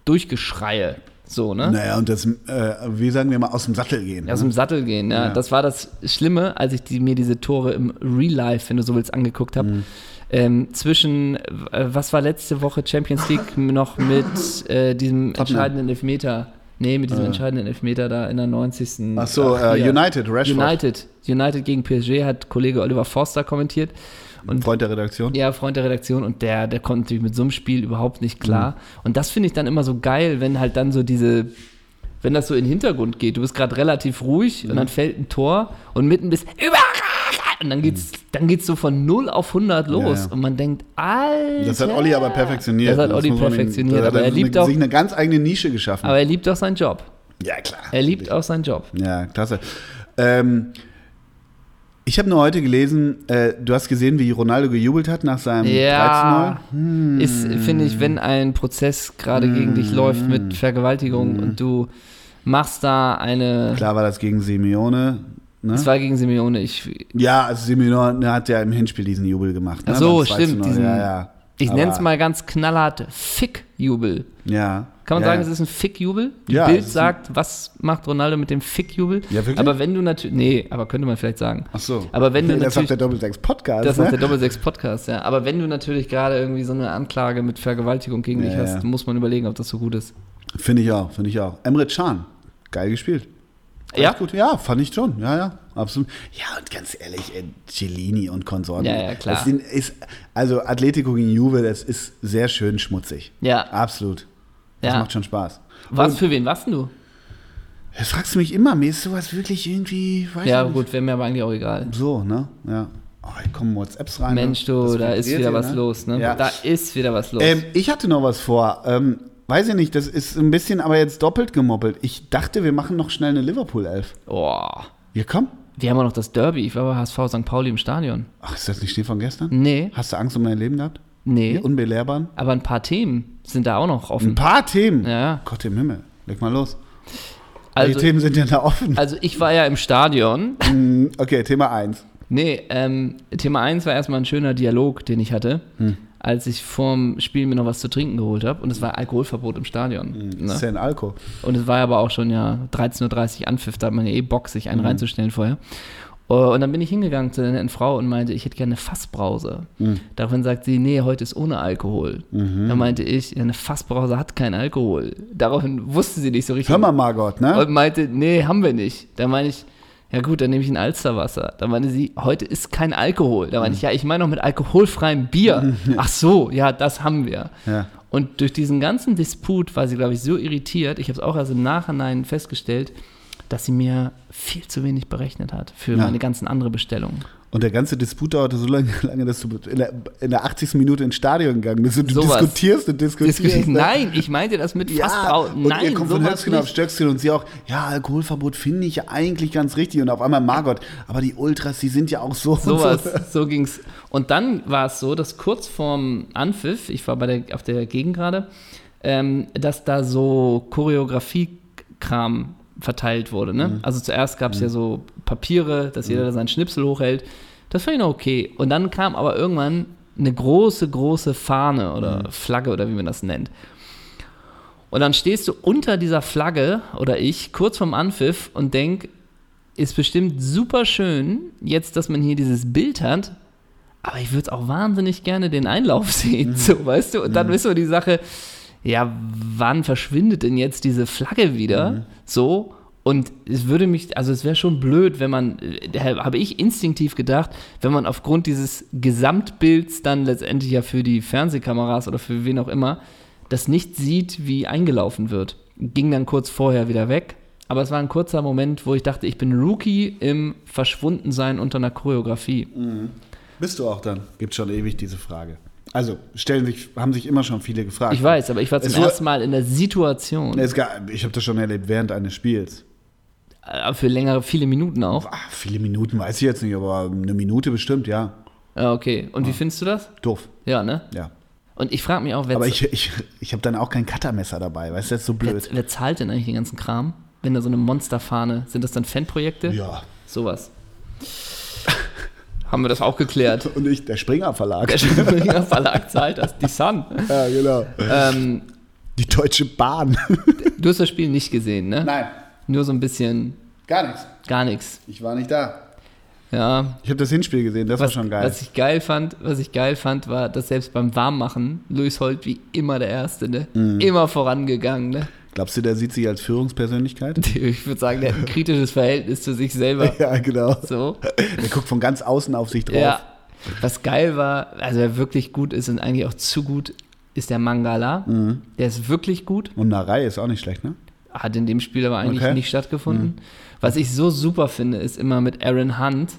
Speaker 4: Durchgeschreie. So, ne?
Speaker 3: Naja, und das, äh, wie sagen wir mal, aus dem Sattel gehen. ne?
Speaker 4: Aus dem Sattel gehen, ja.
Speaker 3: Mhm. Ja.
Speaker 4: Das war das Schlimme, als ich die, mir diese Tore im Real Life, wenn du so willst, angeguckt habe.
Speaker 3: Mhm.
Speaker 4: Ähm, zwischen, äh, was war letzte Woche
Speaker 3: [laughs]
Speaker 4: Champions League noch mit äh, diesem entscheidenden Elfmeter? Nee, mit diesem entscheidenden Elfmeter da in der 90.
Speaker 3: Ah. Ach so,
Speaker 4: Ach,
Speaker 3: äh,
Speaker 4: hier.
Speaker 3: United, Rashford,
Speaker 4: United. United gegen PSG hat Kollege Oliver Forster kommentiert.
Speaker 3: Freund der Redaktion.
Speaker 4: Ja, Freund der Redaktion und der, der kommt natürlich mit so einem Spiel überhaupt nicht klar.
Speaker 3: Mhm.
Speaker 4: Und das finde ich dann immer so geil, wenn halt dann so diese,
Speaker 3: Mhm.
Speaker 4: wenn das so in den Hintergrund geht. Du bist gerade relativ ruhig und dann fällt ein Tor und mitten bist Überraschung! und dann geht's, dann geht's so von 0 auf 100 los
Speaker 3: Mhm. Ja, ja.
Speaker 4: und man denkt, Alter.
Speaker 3: Das hat Olli aber perfektioniert. ne?
Speaker 4: Das hat Olli
Speaker 3: muss man ihm-
Speaker 4: perfektioniert,
Speaker 3: Da hat
Speaker 4: aber
Speaker 3: er
Speaker 4: er
Speaker 3: so eine,
Speaker 4: liebt auch-
Speaker 3: sich eine ganz eigene Nische geschaffen.
Speaker 4: Aber er liebt auch seinen Job.
Speaker 3: ja, klar.
Speaker 4: Er liebt auch seinen Job.
Speaker 3: Ja, klasse. Ähm, ich habe nur heute gelesen, äh, du hast gesehen, wie Ronaldo gejubelt hat nach seinem 13-0.
Speaker 4: Ja, ist, finde ich, wenn ein Prozess gerade gegen
Speaker 3: Mhm.
Speaker 4: dich läuft mit Vergewaltigung und du machst da eine.
Speaker 3: Klar war das gegen Simeone. Ne?
Speaker 4: Es war gegen Simeone. Ich,
Speaker 3: Ja, also Simeone hat ja im Hinspiel diesen Jubel gemacht. Ne?
Speaker 4: Ach so,
Speaker 3: Beim 2 zu
Speaker 4: stimmt,
Speaker 3: 0.
Speaker 4: diesen-
Speaker 3: ja, ja.
Speaker 4: ich nenne es
Speaker 3: Aber-
Speaker 4: mal ganz knallhart: Fickjubel.
Speaker 3: Ja.
Speaker 4: Kann man
Speaker 3: ja,
Speaker 4: sagen,
Speaker 3: ja.
Speaker 4: es ist ein Fickjubel? Die
Speaker 3: Ja, es
Speaker 4: Bild
Speaker 3: ist
Speaker 4: sagt, was macht Ronaldo mit dem Fickjubel?
Speaker 3: Ja, wirklich?
Speaker 4: Aber wenn du natürlich. Nee, aber könnte man vielleicht sagen.
Speaker 3: Ach so.
Speaker 4: Aber wenn du
Speaker 3: das sagt
Speaker 4: natürlich.
Speaker 3: der Doppelsechs-Podcast.
Speaker 4: Das
Speaker 3: ne? [laughs]
Speaker 4: ist der Doppelsechs-Podcast, ja. Aber wenn du natürlich gerade irgendwie so eine Anklage mit Vergewaltigung gegen dich
Speaker 3: Ja,
Speaker 4: hast,
Speaker 3: ja.
Speaker 4: muss man überlegen, ob das so gut ist.
Speaker 3: Finde ich auch, finde ich auch. Emre Can, geil gespielt.
Speaker 4: Ja?
Speaker 3: Echt Gut. Ja, fand ich schon. Ja, ja, absolut. Ja, und ganz ehrlich, ey, Cellini und Konsorten.
Speaker 4: Ja, ja, klar.
Speaker 3: Das sind, ist, also Atletico gegen Juve, das ist sehr schön schmutzig.
Speaker 4: Ja.
Speaker 3: Absolut. Das
Speaker 4: Ja.
Speaker 3: macht schon Spaß.
Speaker 4: Was,
Speaker 3: Und,
Speaker 4: für wen warst denn du?
Speaker 3: das fragst du mich immer, mir ist sowas wirklich irgendwie, weiß
Speaker 4: Ja,
Speaker 3: ich nicht.
Speaker 4: gut, wäre mir aber eigentlich auch egal.
Speaker 3: So, ne? Ja. Oh, hier kommen WhatsApps rein.
Speaker 4: Mensch,
Speaker 3: ne?
Speaker 4: du,
Speaker 3: Das
Speaker 4: da ist
Speaker 3: vibriert
Speaker 4: wieder
Speaker 3: hier,
Speaker 4: was los, ne?
Speaker 3: Ja.
Speaker 4: Da ist wieder was los.
Speaker 3: Ähm, ich hatte noch was vor. Ähm, weiß ich nicht, das ist ein bisschen aber jetzt doppelt gemoppelt. Ich dachte, wir machen noch schnell eine Liverpool-Elf.
Speaker 4: oh,
Speaker 3: Ja, komm.
Speaker 4: wir haben ja noch das Derby. Ich war bei HSV St. Pauli im Stadion.
Speaker 3: Ach, ist das nicht Schnee von gestern?
Speaker 4: Nee,
Speaker 3: Hast du Angst um dein Leben gehabt?
Speaker 4: nee.
Speaker 3: Die Unbelehrbaren?
Speaker 4: aber ein paar Themen sind da auch noch
Speaker 3: Ein
Speaker 4: offen.
Speaker 3: paar Themen.
Speaker 4: Ja.
Speaker 3: Gott im Himmel. Leg mal los. Die
Speaker 4: Also,
Speaker 3: Themen sind ja da offen.
Speaker 4: also ich war ja im Stadion.
Speaker 3: Hm, okay, Thema 1.
Speaker 4: Nee, ähm, Thema 1 war erstmal ein schöner Dialog, den ich hatte,
Speaker 3: Hm.
Speaker 4: als ich vorm Spiel mir noch was zu trinken geholt habe. Und es war Alkoholverbot im Stadion.
Speaker 3: Das
Speaker 4: Ne?
Speaker 3: ist ja ein Alko.
Speaker 4: Und es war aber auch schon ja 13.30 Uhr Anpfiff, da hat man ja eh Bock, sich
Speaker 3: Hm.
Speaker 4: einen reinzustellen vorher. Äh, Und dann bin ich hingegangen zu der netten Frau und meinte, ich hätte gerne eine Fassbrause.
Speaker 3: Hm.
Speaker 4: Daraufhin sagt sie, nee, heute ist ohne Alkohol.
Speaker 3: Mhm.
Speaker 4: Dann meinte ich, ja, eine Fassbrause hat keinen Alkohol. Daraufhin wusste sie nicht so richtig.
Speaker 3: Hör mal, Margot, ne?
Speaker 4: Und meinte, nee, haben wir nicht. Dann meine ich, ja gut, dann nehme ich ein Alsterwasser. Dann meinte sie, heute ist kein Alkohol. Dann
Speaker 3: Mhm.
Speaker 4: meinte ich, ja, ich meine auch mit alkoholfreiem
Speaker 3: [laughs]
Speaker 4: Bier. Ach so, ja, das haben wir.
Speaker 3: Ja.
Speaker 4: Und durch diesen ganzen Disput war sie, glaube ich, so irritiert. Ich habe es auch erst im Nachhinein festgestellt, dass sie mir viel zu wenig berechnet hat für meine ganzen andere Bestellungen.
Speaker 3: Und der ganze Disput dauerte so lange, [laughs] lange dass du in der, in der 80. Minute ins Stadion gegangen bist. Und du
Speaker 4: Sowas.
Speaker 3: diskutierst und diskutierst. ne?
Speaker 4: Nein, ich meinte das mit
Speaker 3: Ja,
Speaker 4: Fassbrau.
Speaker 3: und
Speaker 4: Nein,
Speaker 3: ihr kommt von
Speaker 4: sowas
Speaker 3: Höchstgen auf
Speaker 4: nicht.
Speaker 3: Stöckchen und sie auch, ja, Alkoholverbot finde ich ja eigentlich ganz richtig. Und auf einmal Margot, aber die Ultras, die sind ja auch so. und
Speaker 4: Sowas,
Speaker 3: so.
Speaker 4: so ging's. Und dann war es so, dass kurz vorm Anpfiff, ich war bei der, auf der Gegend gerade, ähm, dass da so Choreografiekram verteilt wurde.
Speaker 3: Mhm.
Speaker 4: Ne? Also zuerst gab es ja so Papiere, dass jeder da seinen Schnipsel hochhält. Das fand ich noch okay. Und dann kam aber irgendwann eine große, große Fahne
Speaker 3: Mhm.
Speaker 4: oder Flagge oder wie man das nennt. Und dann stehst du unter dieser Flagge oder ich kurz vorm Anpfiff und denk, ist bestimmt super schön, jetzt, dass man hier dieses Bild hat. Aber ich würde auch wahnsinnig gerne den Einlauf [laughs] sehen, so, weißt du? Und dann ist so die Sache, ja, wann verschwindet denn jetzt diese Flagge wieder?
Speaker 3: Mhm.
Speaker 4: So. Und es würde mich, also es wäre schon blöd, wenn man, äh, habe ich instinktiv gedacht, wenn man aufgrund dieses Gesamtbilds dann letztendlich ja für die Fernsehkameras oder für wen auch immer das nicht sieht, wie eingelaufen wird. Ging dann kurz vorher wieder weg. Aber es war ein kurzer Moment, wo ich dachte, ich bin Rookie im Verschwundensein unter einer Choreografie.
Speaker 3: [laughs] Mhm. Bist du auch dann? Gibt schon ewig diese Frage. Also, stellen sich, haben sich immer schon viele gefragt.
Speaker 4: Ich weiß, aber ich war zum
Speaker 3: Es wurde-
Speaker 4: ersten Mal in der Situation.
Speaker 3: Es gab, ich habe das schon erlebt während eines Spiels.
Speaker 4: Äh, Für längere, viele Minuten auch.
Speaker 3: Ah, viele Minuten weiß ich jetzt nicht, aber eine Minute bestimmt, ja.
Speaker 4: Ja, okay. Und wie findest du das?
Speaker 3: Doof,
Speaker 4: Ja, ne?
Speaker 3: ja.
Speaker 4: Und ich frage mich auch, wer,
Speaker 3: Aber ich, ich, ich habe dann auch kein Cuttermesser dabei, weißt du, das ist so
Speaker 4: wer,
Speaker 3: blöd.
Speaker 4: wer zahlt denn eigentlich den ganzen Kram? Wenn da so eine Monsterfahne, sind das dann Fanprojekte?
Speaker 3: Ja. [laughs]
Speaker 4: Sowas. Haben wir das auch geklärt?
Speaker 3: Und ich, der Springer Verlag.
Speaker 4: Der Schöneberger Verlag zahlt das. Die Sun.
Speaker 3: Ja, genau.
Speaker 4: Ähm,
Speaker 3: Die Deutsche
Speaker 4: [laughs]
Speaker 3: Bahn.
Speaker 4: du hast das Spiel nicht gesehen, ne?
Speaker 3: Nein,
Speaker 4: Nur so ein bisschen
Speaker 3: gar nichts.
Speaker 4: gar nichts.
Speaker 3: Ich war nicht da.
Speaker 4: Ja.
Speaker 3: Ich habe das Hinspiel gesehen, das war schon geil.
Speaker 4: Was ich geil fand, was ich geil fand, war, dass selbst beim Warmmachen Luis Holt wie immer der Erste, ne?
Speaker 3: Mhm.
Speaker 4: Immer vorangegangen, ne? [laughs]
Speaker 3: Glaubst du, der sieht sich als Führungspersönlichkeit?
Speaker 4: Ich würde sagen, der hat ein kritisches Verhältnis zu sich selber.
Speaker 3: ja, genau.
Speaker 4: So.
Speaker 3: Der guckt von ganz außen auf sich drauf.
Speaker 4: Ja. Was geil war, also wer wirklich gut ist und eigentlich auch zu gut, ist der Mangala. Der ist wirklich gut.
Speaker 3: Und Narei ist auch nicht schlecht, ne?
Speaker 4: hat in dem Spiel aber eigentlich
Speaker 3: Okay.
Speaker 4: nicht stattgefunden. Was ich so super finde, ist immer mit Aaron Hunt,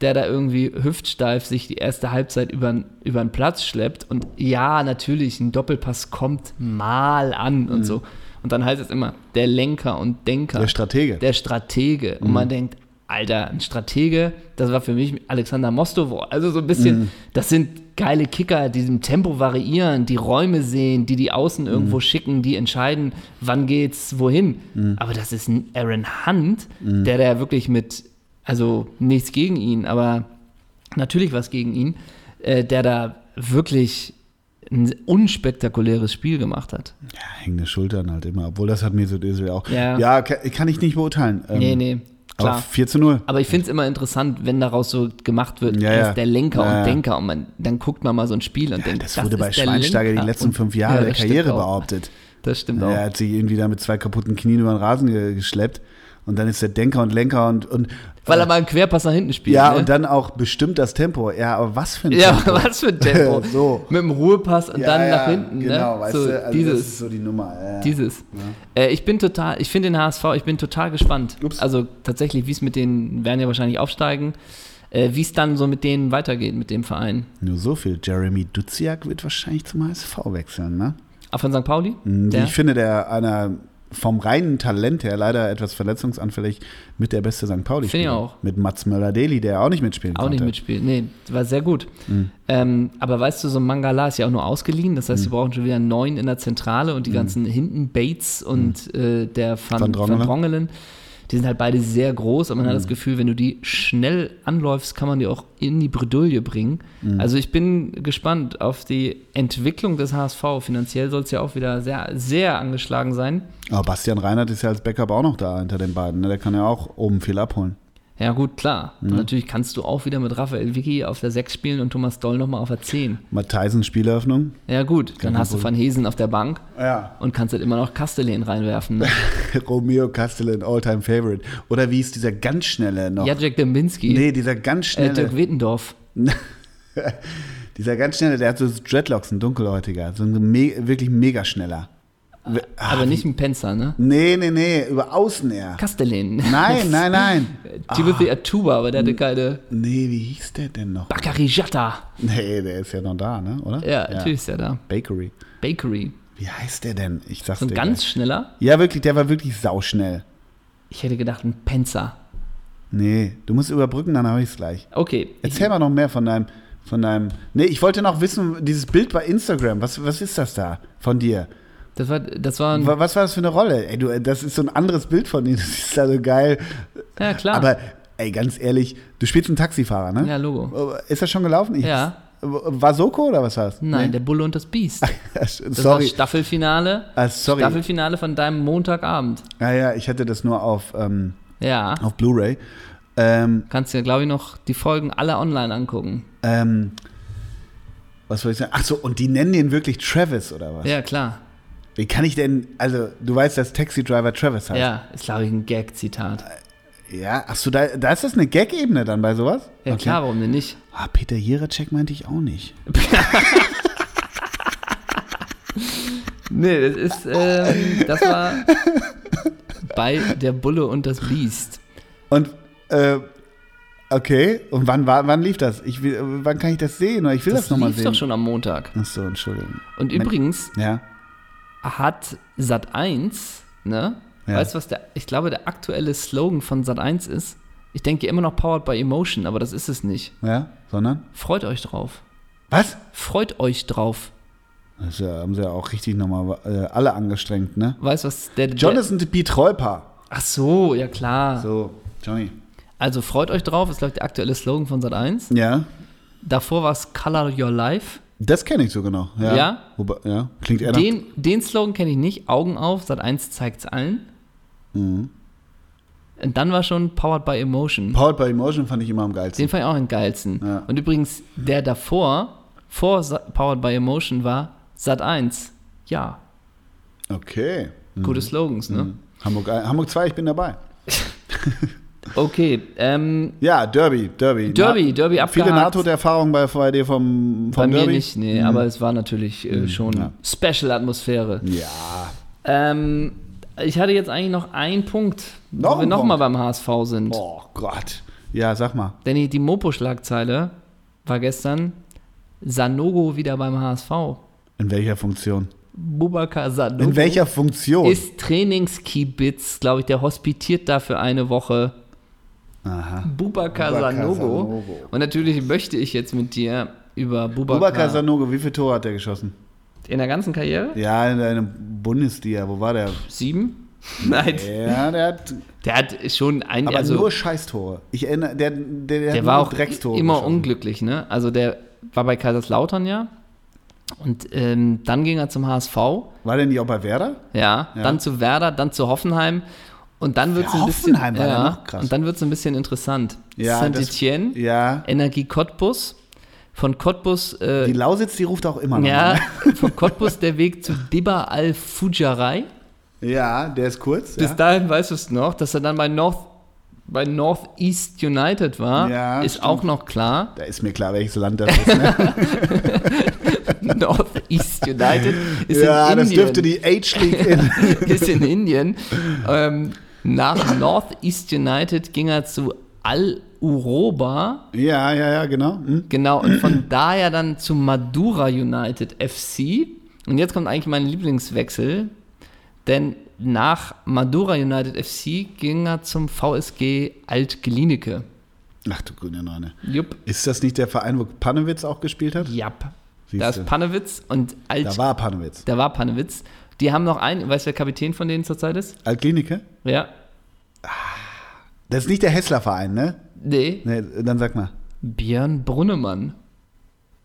Speaker 4: der da irgendwie hüftsteif sich die erste Halbzeit über, über den Platz schleppt. Und ja, natürlich, ein Doppelpass kommt mal an und so. Und dann heißt es immer, der Lenker und Denker.
Speaker 3: Der Stratege. Mhm.
Speaker 4: Der Stratege. Und man denkt, Alter, ein Stratege, das war für mich Alexander Mostovo. Also so ein bisschen,
Speaker 3: Mhm.
Speaker 4: das sind geile Kicker, die im Tempo variieren, die Räume sehen, die die
Speaker 3: Mhm.
Speaker 4: Außen irgendwo schicken, die entscheiden, wann geht's wohin.
Speaker 3: Mhm.
Speaker 4: Aber das ist ein Aaron Hunt, der da wirklich mit, also nichts gegen ihn, aber natürlich was gegen ihn, äh, der da wirklich ein unspektakuläres Spiel gemacht hat.
Speaker 3: Ja, hängende Schultern halt immer. Obwohl, das hat Mesut Özil auch.
Speaker 4: Ja.
Speaker 3: kann, kann ich nicht beurteilen. Ähm,
Speaker 4: Nee, nee,
Speaker 3: Aber
Speaker 4: klar.
Speaker 3: 4 zu 0.
Speaker 4: Aber ich finde es immer interessant, wenn daraus so gemacht wird,
Speaker 3: Ja,
Speaker 4: er ist
Speaker 3: ja.
Speaker 4: der Lenker
Speaker 3: Ja, ja.
Speaker 4: und Denker. Und man, dann guckt man mal so ein Spiel und denkt,
Speaker 3: Das, wurde
Speaker 4: ist
Speaker 3: bei
Speaker 4: der
Speaker 3: Schweinsteiger die
Speaker 4: Lenker.
Speaker 3: letzten
Speaker 4: Und- Genau.
Speaker 3: fünf Jahre
Speaker 4: Ja,
Speaker 3: der
Speaker 4: das stimmt
Speaker 3: Karriere
Speaker 4: auch.
Speaker 3: behauptet.
Speaker 4: Das stimmt
Speaker 3: Er
Speaker 4: auch.
Speaker 3: hat sich irgendwie da mit zwei kaputten Knien über den Rasen ge- geschleppt. Und dann ist der Denker und Lenker und. und äh,
Speaker 4: Weil er mal einen Querpass nach hinten spielt.
Speaker 3: ja,
Speaker 4: ne?
Speaker 3: und dann auch bestimmt das Tempo. Ja, aber was für ein
Speaker 4: [laughs] Ja,
Speaker 3: Tempo.
Speaker 4: [laughs] was für ein Tempo.
Speaker 3: [laughs] So.
Speaker 4: Mit dem Ruhepass und dann nach hinten.
Speaker 3: Genau,
Speaker 4: ne?
Speaker 3: weißt
Speaker 4: so,
Speaker 3: du, also
Speaker 4: dieses,
Speaker 3: das ist so die Nummer. Ja.
Speaker 4: dieses. Äh, ich bin total, ich finde den HSV, ich bin total gespannt.
Speaker 3: Ups.
Speaker 4: Also tatsächlich, wie es mit denen, werden ja wahrscheinlich aufsteigen, äh, wie es dann so mit denen weitergeht, mit dem Verein.
Speaker 3: Nur so viel. Jeremy Duziak wird wahrscheinlich zum HSV wechseln, ne?
Speaker 4: Ah, von St. Pauli?
Speaker 3: Wie
Speaker 4: Der?
Speaker 3: Ich finde, der einer vom reinen Talent her leider etwas verletzungsanfällig mit der beste St. Pauli.
Speaker 4: Finde ich
Speaker 3: Spieler.
Speaker 4: auch.
Speaker 3: Mit Mats Möller-Deli, der auch nicht mitspielen
Speaker 4: Auch
Speaker 3: konnte.
Speaker 4: nicht mitspielen. Nee, war sehr gut.
Speaker 3: Mhm.
Speaker 4: Ähm, aber weißt du, so ein Mangala ist ja auch nur ausgeliehen. Das
Speaker 3: Mhm.
Speaker 4: heißt, sie brauchen schon wieder einen neuen in der Zentrale und die ganzen hinten Bates und äh, der
Speaker 3: Mhm. Van
Speaker 4: Van, Van,
Speaker 3: Drongelen. Mhm.
Speaker 4: Drongelen. Die sind halt beide sehr groß, aber man hat das Gefühl, wenn du die schnell anläufst, kann man die auch in die Bredouille bringen.
Speaker 3: Mhm.
Speaker 4: Also ich bin gespannt auf die Entwicklung des HSV. Finanziell soll es ja auch wieder sehr, sehr angeschlagen sein.
Speaker 3: Aber Bastian Reinhardt ist ja als Backup auch noch da hinter den beiden. Ne? Der kann ja auch oben viel abholen.
Speaker 4: Ja gut, klar.
Speaker 3: Mhm.
Speaker 4: Und natürlich kannst du auch wieder mit Raphael Vicky auf der 6 spielen und Thomas Doll nochmal auf der 10.
Speaker 3: Matheisen Spieleröffnung.
Speaker 4: Ja, gut, dann
Speaker 3: kein
Speaker 4: hast du Van Hesen auf der Bank
Speaker 3: Ja.
Speaker 4: und kannst halt immer noch Castellan reinwerfen.
Speaker 3: [laughs]
Speaker 4: Ne?
Speaker 3: Romeo Castellan, All-Time Favorite. Oder wie ist dieser ganz schnelle noch?
Speaker 4: Jacek Dembinski,
Speaker 3: nee, dieser ganz
Speaker 4: äh, Dirk
Speaker 3: schnelle.
Speaker 4: Wittendorf.
Speaker 3: dieser ganz schnelle, der hat so Dreadlocks, ein dunkelhäutiger. So ein me wirklich mega schneller.
Speaker 4: Ah,
Speaker 3: Ah,
Speaker 4: Aber nicht ein Penzer, ne?
Speaker 3: Nee, nee, nee, über Außen eher. [laughs]
Speaker 4: Castellan. [laughs]
Speaker 3: Nein, nein, Ah. nein.
Speaker 4: Timothy Atuba, aber der hatte keine.
Speaker 3: Nee, wie hieß der denn noch?
Speaker 4: Bakari Jatta.
Speaker 3: Nee, der ist ja noch da, ne? Oder?
Speaker 4: Ja, natürlich ist er da.
Speaker 3: Bakery.
Speaker 4: Bakery.
Speaker 3: Wie heißt der denn? Ich sag's
Speaker 4: So ein
Speaker 3: dir.
Speaker 4: ganz
Speaker 3: gleich.
Speaker 4: schneller.
Speaker 3: ja, wirklich, der war wirklich sauschnell.
Speaker 4: Ich hätte gedacht, ein Penzer.
Speaker 3: Nee, du musst überbrücken, dann habe ich's gleich.
Speaker 4: Okay.
Speaker 3: Erzähl mal noch mehr von deinem, von deinem. Nee, ich wollte noch wissen, dieses Bild bei Instagram, was, was ist das da von dir?
Speaker 4: Das war, das war ein.
Speaker 3: Wa- Was war das für eine Rolle? Ey, du, das ist so ein anderes Bild von dir, [laughs] das ist da so geil.
Speaker 4: Ja, klar.
Speaker 3: Aber, ey, ganz ehrlich, du spielst einen Taxifahrer, ne?
Speaker 4: Ja, Logo.
Speaker 3: Ist das schon gelaufen? Ich,
Speaker 4: Ja.
Speaker 3: War Soko oder was war's?
Speaker 4: Nein,
Speaker 3: Nee.
Speaker 4: der Bulle und das Biest.
Speaker 3: [laughs]
Speaker 4: Das war
Speaker 3: Sorry.
Speaker 4: Staffelfinale.
Speaker 3: Ah, sorry.
Speaker 4: Staffelfinale von deinem Montagabend.
Speaker 3: Ja, ja, ich hatte das nur auf, ähm,
Speaker 4: Ja.
Speaker 3: auf Blu-ray. Ähm,
Speaker 4: Kannst dir, glaube ich, noch die Folgen alle online angucken.
Speaker 3: ähm, was soll ich sagen? Ach so, und die nennen den wirklich Travis oder was?
Speaker 4: Ja, klar.
Speaker 3: Wie kann ich denn, also du weißt, dass Taxi Driver Travis heißt.
Speaker 4: Ja, ist, glaube ich, ein Gag-Zitat.
Speaker 3: ja ach so, da, da ist das eine Gag-Ebene dann bei sowas?
Speaker 4: Ja,
Speaker 3: Okay.
Speaker 4: klar, warum denn nicht?
Speaker 3: Ah, Peter Jiracek meinte ich auch nicht.
Speaker 4: Nee, das ist, ähm, das war bei Der Bulle und das Biest.
Speaker 3: Und, äh, okay, und wann, war, wann lief das? Ich will, wann kann ich das sehen? Oder ich will das,
Speaker 4: Das
Speaker 3: nochmal
Speaker 4: lief
Speaker 3: sehen.
Speaker 4: doch schon am Montag.
Speaker 3: Ach so, Entschuldigung.
Speaker 4: Und
Speaker 3: Mein-
Speaker 4: übrigens
Speaker 3: Ja.
Speaker 4: hat Sat 1, ne?
Speaker 3: Ja.
Speaker 4: Weißt du, was der, ich glaube, der aktuelle Slogan von Sat 1 ist? Ich denke immer noch Powered by Emotion, aber das ist es nicht.
Speaker 3: Ja, sondern?
Speaker 4: Freut euch drauf.
Speaker 3: Was?
Speaker 4: Freut euch drauf.
Speaker 3: Das äh, haben sie ja auch richtig nochmal äh, alle angestrengt, ne?
Speaker 4: Weißt du, was der. der
Speaker 3: Jonathan B. Treuper.
Speaker 4: Ach so, ja klar.
Speaker 3: So, Johnny.
Speaker 4: Also freut euch drauf, ist, glaube ich, der aktuelle Slogan von Sat 1.
Speaker 3: Ja,
Speaker 4: Davor war es Color Your Life.
Speaker 3: das kenne ich sogar noch. Ja.
Speaker 4: Ja?
Speaker 3: Wobei, ja. Klingt eher nach.
Speaker 4: Den, den Slogan kenne ich nicht. Augen auf, Sat 1 zeigt's allen.
Speaker 3: Mhm.
Speaker 4: Und dann war schon Powered by Emotion.
Speaker 3: Powered by Emotion fand ich immer am geilsten.
Speaker 4: Den fand ich auch den geilsten.
Speaker 3: Ja.
Speaker 4: Und übrigens, der davor, vor Sa Powered by Emotion, war Sat 1. Ja,
Speaker 3: Okay.
Speaker 4: gute Slogans, ne?
Speaker 3: Mhm. Hamburg, ein- Hamburg 2, ich bin dabei.
Speaker 4: [laughs] Okay, ähm,
Speaker 3: Ja, Derby, Derby.
Speaker 4: Derby, Derby
Speaker 3: Viele
Speaker 4: abgehakt.
Speaker 3: NATO-Erfahrungen bei VRD vom, vom
Speaker 4: bei mir
Speaker 3: Derby. Mhm.
Speaker 4: nicht, nee, aber es war natürlich äh, schon Special-Atmosphäre.
Speaker 3: Ja.
Speaker 4: Ähm, ich hatte jetzt eigentlich noch einen Punkt,
Speaker 3: Noch
Speaker 4: wo wir
Speaker 3: ein
Speaker 4: nochmal
Speaker 3: Punkt?
Speaker 4: beim HSV sind.
Speaker 3: Oh Gott. Ja, sag mal.
Speaker 4: Danny, die Mopo-Schlagzeile war gestern Sanogo wieder beim HSV.
Speaker 3: In welcher Funktion?
Speaker 4: Bubakar Sanogo
Speaker 3: In welcher Funktion?
Speaker 4: ist Trainingskibitz, glaube ich, der hospitiert dafür eine Woche
Speaker 3: Aha.
Speaker 4: Bubakar
Speaker 3: Bubakar
Speaker 4: Sanogo.
Speaker 3: Sanogo.
Speaker 4: Und natürlich möchte ich jetzt mit dir über
Speaker 3: Bubakar
Speaker 4: Bubakar
Speaker 3: Sanogo, wie viele Tore hat er geschossen?
Speaker 4: in der ganzen Karriere?
Speaker 3: Ja, in der Bundesliga. Wo war der?
Speaker 4: Sieben? [laughs] Nein,
Speaker 3: Ja, der hat
Speaker 4: der hat schon ein,
Speaker 3: aber
Speaker 4: also,
Speaker 3: nur Scheißtore. Ich erinnere, der, der, hat
Speaker 4: der
Speaker 3: nur
Speaker 4: war auch
Speaker 3: Dreckstore
Speaker 4: immer
Speaker 3: geschossen.
Speaker 4: unglücklich, ne? Also der war bei Kaiserslautern ja und ähm, dann ging er zum HSV,
Speaker 3: War der nicht auch bei Werder?
Speaker 4: ja,
Speaker 3: Ja.
Speaker 4: dann zu Werder, dann zu Hoffenheim und dann wird es
Speaker 3: Ja,
Speaker 4: ein bisschen
Speaker 3: Hoffenheim war ja noch krass.
Speaker 4: und dann wird es ein bisschen interessant.
Speaker 3: Ja, das-
Speaker 4: Saint-Étienne,
Speaker 3: Ja.
Speaker 4: Energie Cottbus, von Cottbus äh,
Speaker 3: Die Lausitz, die ruft auch immer noch.
Speaker 4: ja,
Speaker 3: ne? [laughs]
Speaker 4: [laughs] von Cottbus der Weg zu Dibba al-Fujarai.
Speaker 3: ja, der ist kurz.
Speaker 4: Bis
Speaker 3: ja.
Speaker 4: dahin weißt du es noch, dass er dann bei North bei Northeast United war,
Speaker 3: Ja,
Speaker 4: ist
Speaker 3: stimmt.
Speaker 4: auch noch klar. [laughs]
Speaker 3: Da ist mir klar, welches Land das ist. Ne? [laughs]
Speaker 4: Northeast United ist
Speaker 3: ja,
Speaker 4: in Indien.
Speaker 3: das dürfte die H-League
Speaker 4: [laughs]
Speaker 3: in.
Speaker 4: ist in Indien. Ähm, nach Northeast United ging er zu Al Uroba,
Speaker 3: ja, ja, ja, genau. Hm?
Speaker 4: genau, und von daher dann zu Madura United FC. Und jetzt kommt eigentlich mein Lieblingswechsel, denn nach Madura United FC ging er zum VSG Alt-Glienicke.
Speaker 3: Ach du grüne Neune.
Speaker 4: Jupp,
Speaker 3: Ist das nicht der Verein, wo Panewitz auch gespielt hat?
Speaker 4: japp.
Speaker 3: Siehst
Speaker 4: da
Speaker 3: du.
Speaker 4: ist Panewitz und Alt.
Speaker 3: Da war Panewitz.
Speaker 4: da war Panewitz. Die haben noch einen, weißt du, wer Kapitän von denen zurzeit ist?
Speaker 3: Altklinike?
Speaker 4: Ja.
Speaker 3: Das ist nicht der Hessler-Verein, ne?
Speaker 4: Nee.
Speaker 3: Nee, dann sag mal.
Speaker 4: Björn Brunnemann.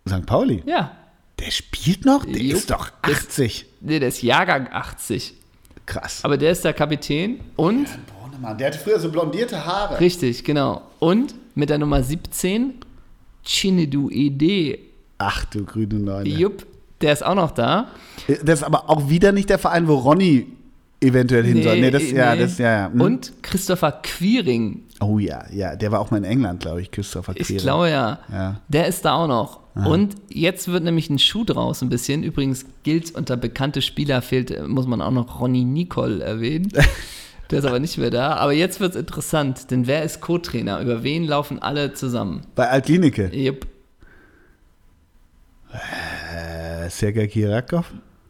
Speaker 3: St. Pauli?
Speaker 4: Ja.
Speaker 3: Der spielt noch? Der
Speaker 4: Jupp.
Speaker 3: ist doch 80.
Speaker 4: Nee, der ist Jahrgang 80.
Speaker 3: Krass. ne,
Speaker 4: Aber der ist der Kapitän und,
Speaker 3: Mann, der hatte früher so blondierte Haare.
Speaker 4: richtig, genau. Und mit der Nummer 17, Chinedu Ede.
Speaker 3: Ach du grüne Neune.
Speaker 4: Jupp, der ist auch noch da.
Speaker 3: Das ist aber auch wieder nicht der Verein, wo Ronny eventuell hin soll. Nee, das, ja,
Speaker 4: nee.
Speaker 3: das, ja, ja. Hm.
Speaker 4: Und Christopher Quiring.
Speaker 3: Oh ja, ja. Der war auch mal in England, glaube ich, Christopher
Speaker 4: Ich
Speaker 3: Quere.
Speaker 4: glaube ja.
Speaker 3: Ja.
Speaker 4: Der ist da auch noch. Und jetzt wird nämlich ein Schuh draus ein bisschen. Übrigens gilt unter bekannte Spieler fehlt, äh, muss man auch noch Ronny Nicol
Speaker 3: [laughs]
Speaker 4: erwähnen. Der ist aber nicht mehr da. Aber jetzt wird es interessant, denn wer ist Co-Trainer? Über wen laufen alle zusammen?
Speaker 3: Bei Altlinike.
Speaker 4: Jupp,
Speaker 3: Äh, Sergei Kirakov.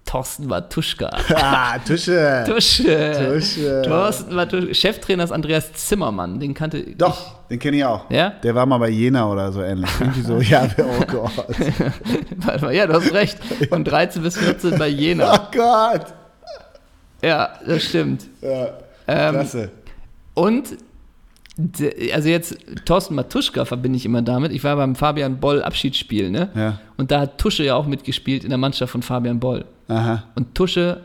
Speaker 4: Thorsten Matuschka.
Speaker 3: [laughs] Ah, Tusche.
Speaker 4: Tusche.
Speaker 3: Tusche.
Speaker 4: Thorsten Matuschka. Cheftrainer ist Andreas Zimmermann. Den kannte ich.
Speaker 3: Doch, den kenne ich auch.
Speaker 4: Ja?
Speaker 3: Der war mal bei Jena oder so ähnlich. Irgendwie so, ja, oh
Speaker 4: [laughs]
Speaker 3: Gott.
Speaker 4: [laughs] Warte mal, ja, du hast recht. Von 13 bis 14 bei Jena.
Speaker 3: Oh Gott.
Speaker 4: Ja, das stimmt.
Speaker 3: Ja,
Speaker 4: Ähm,
Speaker 3: klasse.
Speaker 4: Und de- also jetzt Thorsten Matuschka verbinde ich immer damit. Ich war beim Fabian Boll Abschiedsspiel, ne?
Speaker 3: Ja.
Speaker 4: Und da hat Tusche ja auch mitgespielt in der Mannschaft von Fabian Boll.
Speaker 3: Aha.
Speaker 4: Und Tusche,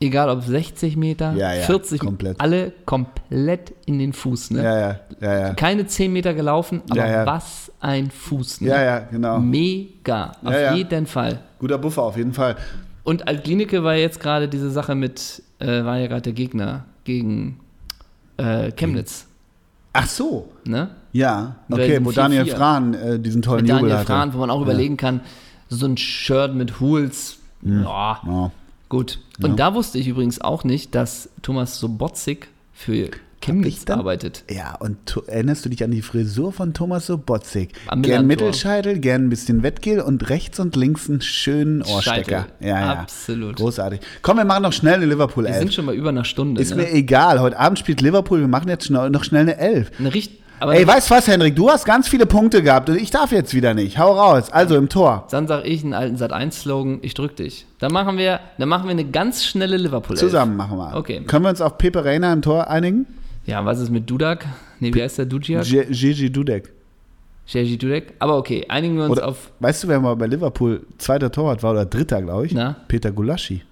Speaker 4: egal ob 60 Meter,
Speaker 3: Ja, ja,
Speaker 4: 40,
Speaker 3: komplett.
Speaker 4: alle komplett in den Fuß, ne?
Speaker 3: Ja, ja, ja, ja.
Speaker 4: Keine 10 Meter gelaufen, aber
Speaker 3: Ja, ja.
Speaker 4: was ein Fuß, ne?
Speaker 3: Ja, ja, genau.
Speaker 4: Mega, auf
Speaker 3: Ja, ja.
Speaker 4: jeden Fall.
Speaker 3: Guter Buffer auf jeden Fall.
Speaker 4: Und Altlinike war jetzt gerade diese Sache mit, äh, war ja gerade der Gegner gegen äh, Chemnitz,
Speaker 3: Ach so.
Speaker 4: ne?
Speaker 3: Ja, okay,
Speaker 4: Welchen
Speaker 3: wo Daniel
Speaker 4: 4-4?
Speaker 3: Frahn äh, diesen tollen
Speaker 4: mit
Speaker 3: Jubel
Speaker 4: Daniel
Speaker 3: hatte.
Speaker 4: Frahn, wo man auch überlegen kann, so ein Shirt mit Hools, ja,
Speaker 3: Hm. Ja.
Speaker 4: gut. Und da wusste ich übrigens auch nicht, dass Thomas Sobotzik für
Speaker 3: ich
Speaker 4: Chemnitz
Speaker 3: dann-
Speaker 4: arbeitet.
Speaker 3: Ja, und to- erinnerst du dich an die Frisur von Thomas Sobotzik?
Speaker 4: Am
Speaker 3: Gern
Speaker 4: Millantor.
Speaker 3: Mittelscheitel, gern ein bisschen Wettgel und rechts und links einen schönen Ohrstecker.
Speaker 4: Scheitel. Absolut.
Speaker 3: Großartig. Komm, wir machen noch schnell eine Liverpool
Speaker 4: Wir sind
Speaker 3: 11.
Speaker 4: schon mal über einer Stunde.
Speaker 3: Äh, Ist mir
Speaker 4: ne?
Speaker 3: egal, heute Abend spielt Liverpool, wir machen jetzt schnell- noch schnell eine 11.
Speaker 4: eine richt aber
Speaker 3: Ey, weißt du was, Henrik, du hast ganz viele Punkte gehabt und ich darf jetzt wieder nicht. Hau raus. Also im Tor.
Speaker 4: dann sage ich einen alten Sat1-Slogan, ich drück dich. Dann machen wir, dann machen wir eine ganz schnelle liverpool -Elf.
Speaker 3: Zusammen machen wir.
Speaker 4: Okay.
Speaker 3: Können wir uns auf Pepe Reina im Tor einigen?
Speaker 4: Ja, was ist mit Dudak? Nee, wie heißt der? Dudziak?
Speaker 3: G- Gigi Dudek.
Speaker 4: Sergi Dudek? Aber okay, einigen wir uns
Speaker 3: Oder,
Speaker 4: auf
Speaker 3: weißt du, wer mal bei Liverpool zweiter Torwart war oder dritter, glaube ich?
Speaker 4: Na?
Speaker 3: Peter Gulaschi.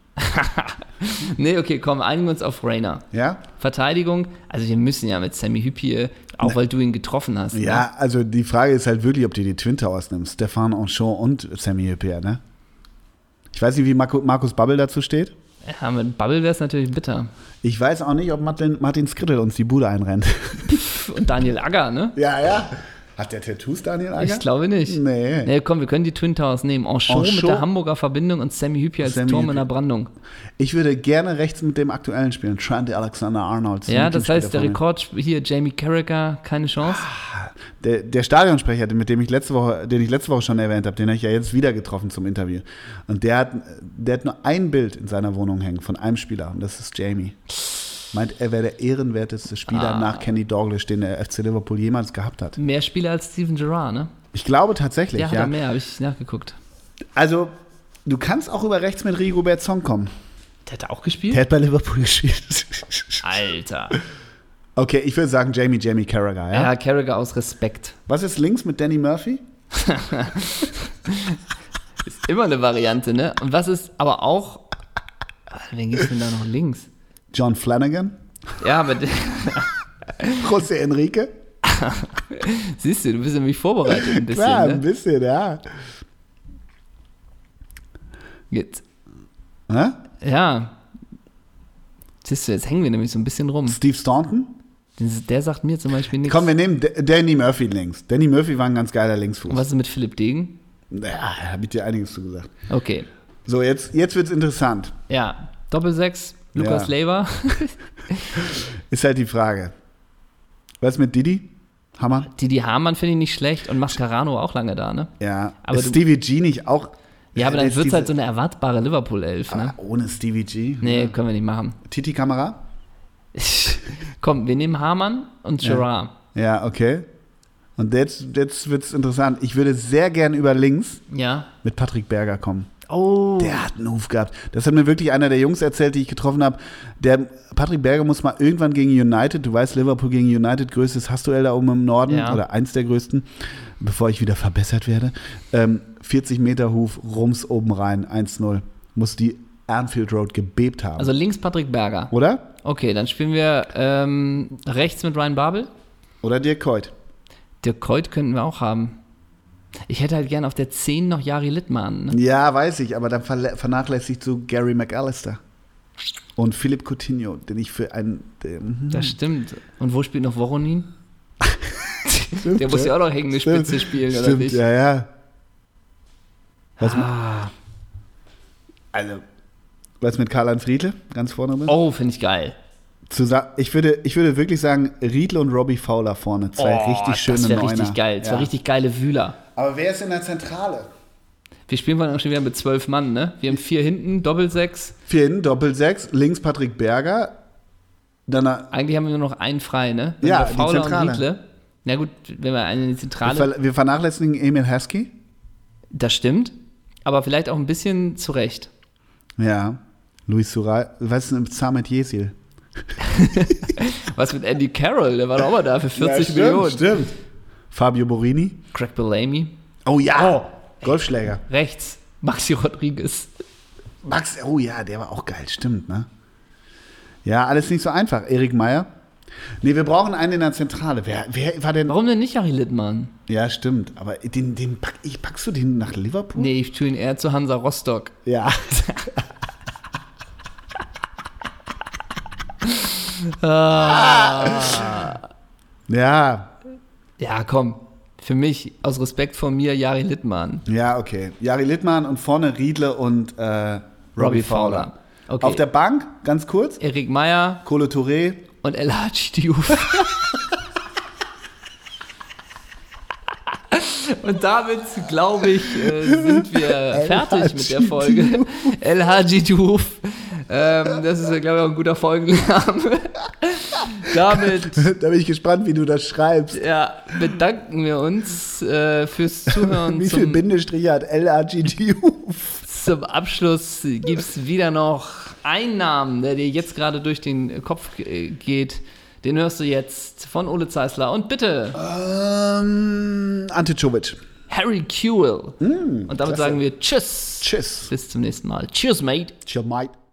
Speaker 4: Nee, okay, komm, einigen wir uns auf Rainer.
Speaker 3: Ja?
Speaker 4: Verteidigung, also wir müssen ja mit Sammy Hüppier, auch weil du ihn getroffen hast. Ne?
Speaker 3: Ja, also die Frage ist halt wirklich, ob du die Twin Towers nimmst. Stefan Anchon und Sammy Hüppier, ne? Ich weiß nicht, wie Marco, Markus Babbel dazu steht.
Speaker 4: Ja, mit Bubble wäre es natürlich bitter.
Speaker 3: Ich weiß [laughs] auch nicht, ob Martin, Martin Skrittel uns die Bude einrennt.
Speaker 4: Pff, Und Daniel Agger, ne?
Speaker 3: ja, ja. Hat der Tattoos, Daniel Eiger?
Speaker 4: Ich glaube nicht.
Speaker 3: Nee.
Speaker 4: Nee, komm, wir können die Twin Towers nehmen. Enchot mit
Speaker 3: Enchot.
Speaker 4: der Hamburger Verbindung und Sammy Hüppi als
Speaker 3: Sammy
Speaker 4: Turm
Speaker 3: Hüppi.
Speaker 4: in der Brandung.
Speaker 3: Ich würde gerne rechts mit dem aktuellen spielen. Trent Alexander-Arnold.
Speaker 4: Ja,
Speaker 3: Mit dem
Speaker 4: das heißt,
Speaker 3: Spieler
Speaker 4: der
Speaker 3: vorne.
Speaker 4: Rekord hier, Jamie Carragher, keine Chance.
Speaker 3: Der, der Stadionsprecher, mit dem ich letzte Woche, den ich letzte Woche schon erwähnt habe, den habe ich ja jetzt wieder getroffen zum Interview. Und der hat, der hat nur ein Bild in seiner Wohnung hängen von einem Spieler und das ist Jamie. Meint, er wäre der ehrenwerteste Spieler nach Kenny Douglas, den der FC Liverpool jemals gehabt hat.
Speaker 4: Mehr Spieler als Steven Gerrard, ne?
Speaker 3: Ich glaube tatsächlich,
Speaker 4: Der hat
Speaker 3: ja.
Speaker 4: er mehr, habe ich nachgeguckt.
Speaker 3: Also, du kannst auch über rechts mit Rigobert Song [laughs] kommen.
Speaker 4: Der hat er auch gespielt?
Speaker 3: Der hat bei Liverpool gespielt.
Speaker 4: Alter.
Speaker 3: [laughs] okay, ich würde sagen Jamie, Jamie Carragher, ja?
Speaker 4: Ja, Carragher aus Respekt.
Speaker 3: Was ist links mit Danny Murphy?
Speaker 4: Ist immer eine Variante, ne? Und was ist aber auch. Wen gibt's denn da noch links?
Speaker 3: John Flanagan? [laughs]
Speaker 4: Ja, aber
Speaker 3: José Enrique?
Speaker 4: [laughs] siehst du, du bist nämlich vorbereitet ein bisschen.
Speaker 3: Klar, ein
Speaker 4: ne?
Speaker 3: bisschen, ja.
Speaker 4: Jetzt,
Speaker 3: Hä?
Speaker 4: ja. Siehst du, jetzt hängen wir nämlich so ein bisschen rum.
Speaker 3: Steve Staunton?
Speaker 4: Das- Der sagt mir zum Beispiel nichts.
Speaker 3: Komm, wir nehmen D Danny Murphy links. Danny Murphy war ein ganz geiler
Speaker 4: Und
Speaker 3: Linksfuß.
Speaker 4: was ist mit Philipp Degen?
Speaker 3: Ja, habe ich dir einiges zu gesagt.
Speaker 4: Okay.
Speaker 3: So, jetzt, jetzt wird's interessant.
Speaker 4: Ja, Doppelsechs, Lukas
Speaker 3: Ja.
Speaker 4: Leber.
Speaker 3: Ist halt die Frage. Was mit Didi? Hammer?
Speaker 4: [laughs] Didi Hamann finde ich nicht schlecht und Mascarano auch lange da, ne?
Speaker 3: Ja.
Speaker 4: Aber
Speaker 3: ist
Speaker 4: du-
Speaker 3: Stevie G nicht auch.
Speaker 4: Ja, aber dann
Speaker 3: Ist
Speaker 4: wird es
Speaker 3: Äh, diese-
Speaker 4: halt so eine erwartbare Liverpool-Elf,
Speaker 3: Ah,
Speaker 4: ne?
Speaker 3: Ohne Stevie G.
Speaker 4: Nee, können wir nicht machen. [laughs]
Speaker 3: Titi Kamera?
Speaker 4: Komm, wir nehmen Hamann und Gerard.
Speaker 3: Ja, okay. Und jetzt, jetzt wird's interessant. Ich würde sehr gern über links
Speaker 4: Ja.
Speaker 3: mit Patrick Berger kommen.
Speaker 4: Oh.
Speaker 3: Der hat einen Huf gehabt. Das hat mir wirklich einer der Jungs erzählt, die ich getroffen habe. Der Patrick Berger muss mal irgendwann gegen United, du weißt, Liverpool gegen United, größtes Hassduell da oben im Norden
Speaker 4: Ja.
Speaker 3: oder eins der größten, bevor ich wieder verbessert werde. Ähm, 40 Meter Huf, Rums oben rein, 1-0. Muss die Anfield Road gebebt haben.
Speaker 4: Also links Patrick Berger.
Speaker 3: oder?
Speaker 4: Okay, dann spielen wir ähm, rechts mit Ryan Babel.
Speaker 3: Oder Dirk Coit.
Speaker 4: Dirk Keut könnten wir auch haben. Ich hätte halt gern auf der 10 noch Jari Littmann. Ne?
Speaker 3: Ja, weiß ich, aber dann verle- vernachlässigt so Gary McAllister. Und Philipp Coutinho, den ich für einen. Den, hm,
Speaker 4: Das stimmt. Hm. Und wo spielt noch
Speaker 3: [laughs]
Speaker 4: Voronin? Der muss ja auch noch hängende Spitze spielen,
Speaker 3: Stimmt,
Speaker 4: oder nicht? Ah.
Speaker 3: ja, ja. Was, also, was mit Karl-Heinz Riedle ganz vorne drin?
Speaker 4: Oh, finde ich geil.
Speaker 3: Zusa- ich, würde, ich würde wirklich sagen, Riedle und Robbie Fowler vorne. Zwei
Speaker 4: oh,
Speaker 3: richtig schöne
Speaker 4: Das wäre
Speaker 3: Neuner.
Speaker 4: richtig geil. Das
Speaker 3: ja.
Speaker 4: wäre richtig geile Wühler.
Speaker 3: Aber wer ist in der Zentrale?
Speaker 4: Wir spielen vorhin auch schon wieder mit zwölf Mann, ne? Wir haben vier hinten, Doppelsechs.
Speaker 3: Vier hinten, Doppelsechs, links Patrick Berger. Dann äh,
Speaker 4: Eigentlich haben wir nur noch einen frei, ne? Dann
Speaker 3: Ja,
Speaker 4: haben wir
Speaker 3: die
Speaker 4: Fauler
Speaker 3: Zentrale.
Speaker 4: und Riedle. Na gut, wenn wir einen in die
Speaker 3: wir,
Speaker 4: Zentrale.
Speaker 3: ver wir vernachlässigen Emil Heskey.
Speaker 4: Das stimmt. Aber vielleicht auch ein bisschen zurecht.
Speaker 3: Ja. Luis Sural. Was ist denn mit Samet Yesil?
Speaker 4: Was mit Andy Carroll? Der war doch auch mal da für 40 Millionen.
Speaker 3: Stimmt. Fabio Borini.
Speaker 4: Craig Bellamy.
Speaker 3: Oh ja. Golfschläger.
Speaker 4: Rechts. Maxi Rodriguez.
Speaker 3: Max, oh ja, der war auch geil, stimmt, ne? Ja, alles nicht so einfach. Erik Meyer. Nee, wir brauchen einen in der Zentrale. Wer, wer war denn.
Speaker 4: Warum denn nicht Jari Littmann?
Speaker 3: Ja, stimmt. Aber den, den pack, ich, packst du den nach Liverpool?
Speaker 4: Nee, ich tue ihn eher zu Hansa Rostock. [laughs]
Speaker 3: Ja.
Speaker 4: Ah.
Speaker 3: Ja,
Speaker 4: Ja, komm. Für mich, aus Respekt vor mir, Jari Littmann.
Speaker 3: ja, okay. Jari Littmann und vorne Riedle und äh, Robbie,
Speaker 4: Robbie
Speaker 3: Fowler.
Speaker 4: Fowler. Okay.
Speaker 3: Auf der Bank, ganz kurz,
Speaker 4: Erik Meyer
Speaker 3: Kolo
Speaker 4: [laughs]
Speaker 3: Touré.
Speaker 4: und El Hadji Diouf. Und damit, glaube ich, äh, sind wir fertig mit der Folge. El Hadji Diouf. Ähm, das ist, glaube ich, auch ein guter Folgenname. damit
Speaker 3: da bin ich gespannt, wie du das schreibst.
Speaker 4: ja, bedanken wir uns äh, fürs Zuhören.
Speaker 3: Wie viel
Speaker 4: Zum,
Speaker 3: Bindestriche hat LRGDU?
Speaker 4: zum Abschluss gibt es wieder noch einen Namen, der dir jetzt gerade durch den Kopf äh, geht. Den hörst du jetzt von Ole Zeisler. Und bitte.
Speaker 3: Ähm, Ante Czovic.
Speaker 4: Harry Kewell. Und damit sagen wir Tschüss.
Speaker 3: Tschüss.
Speaker 4: Bis zum nächsten Mal. Tschüss, mate.
Speaker 3: Tschüss, Mike.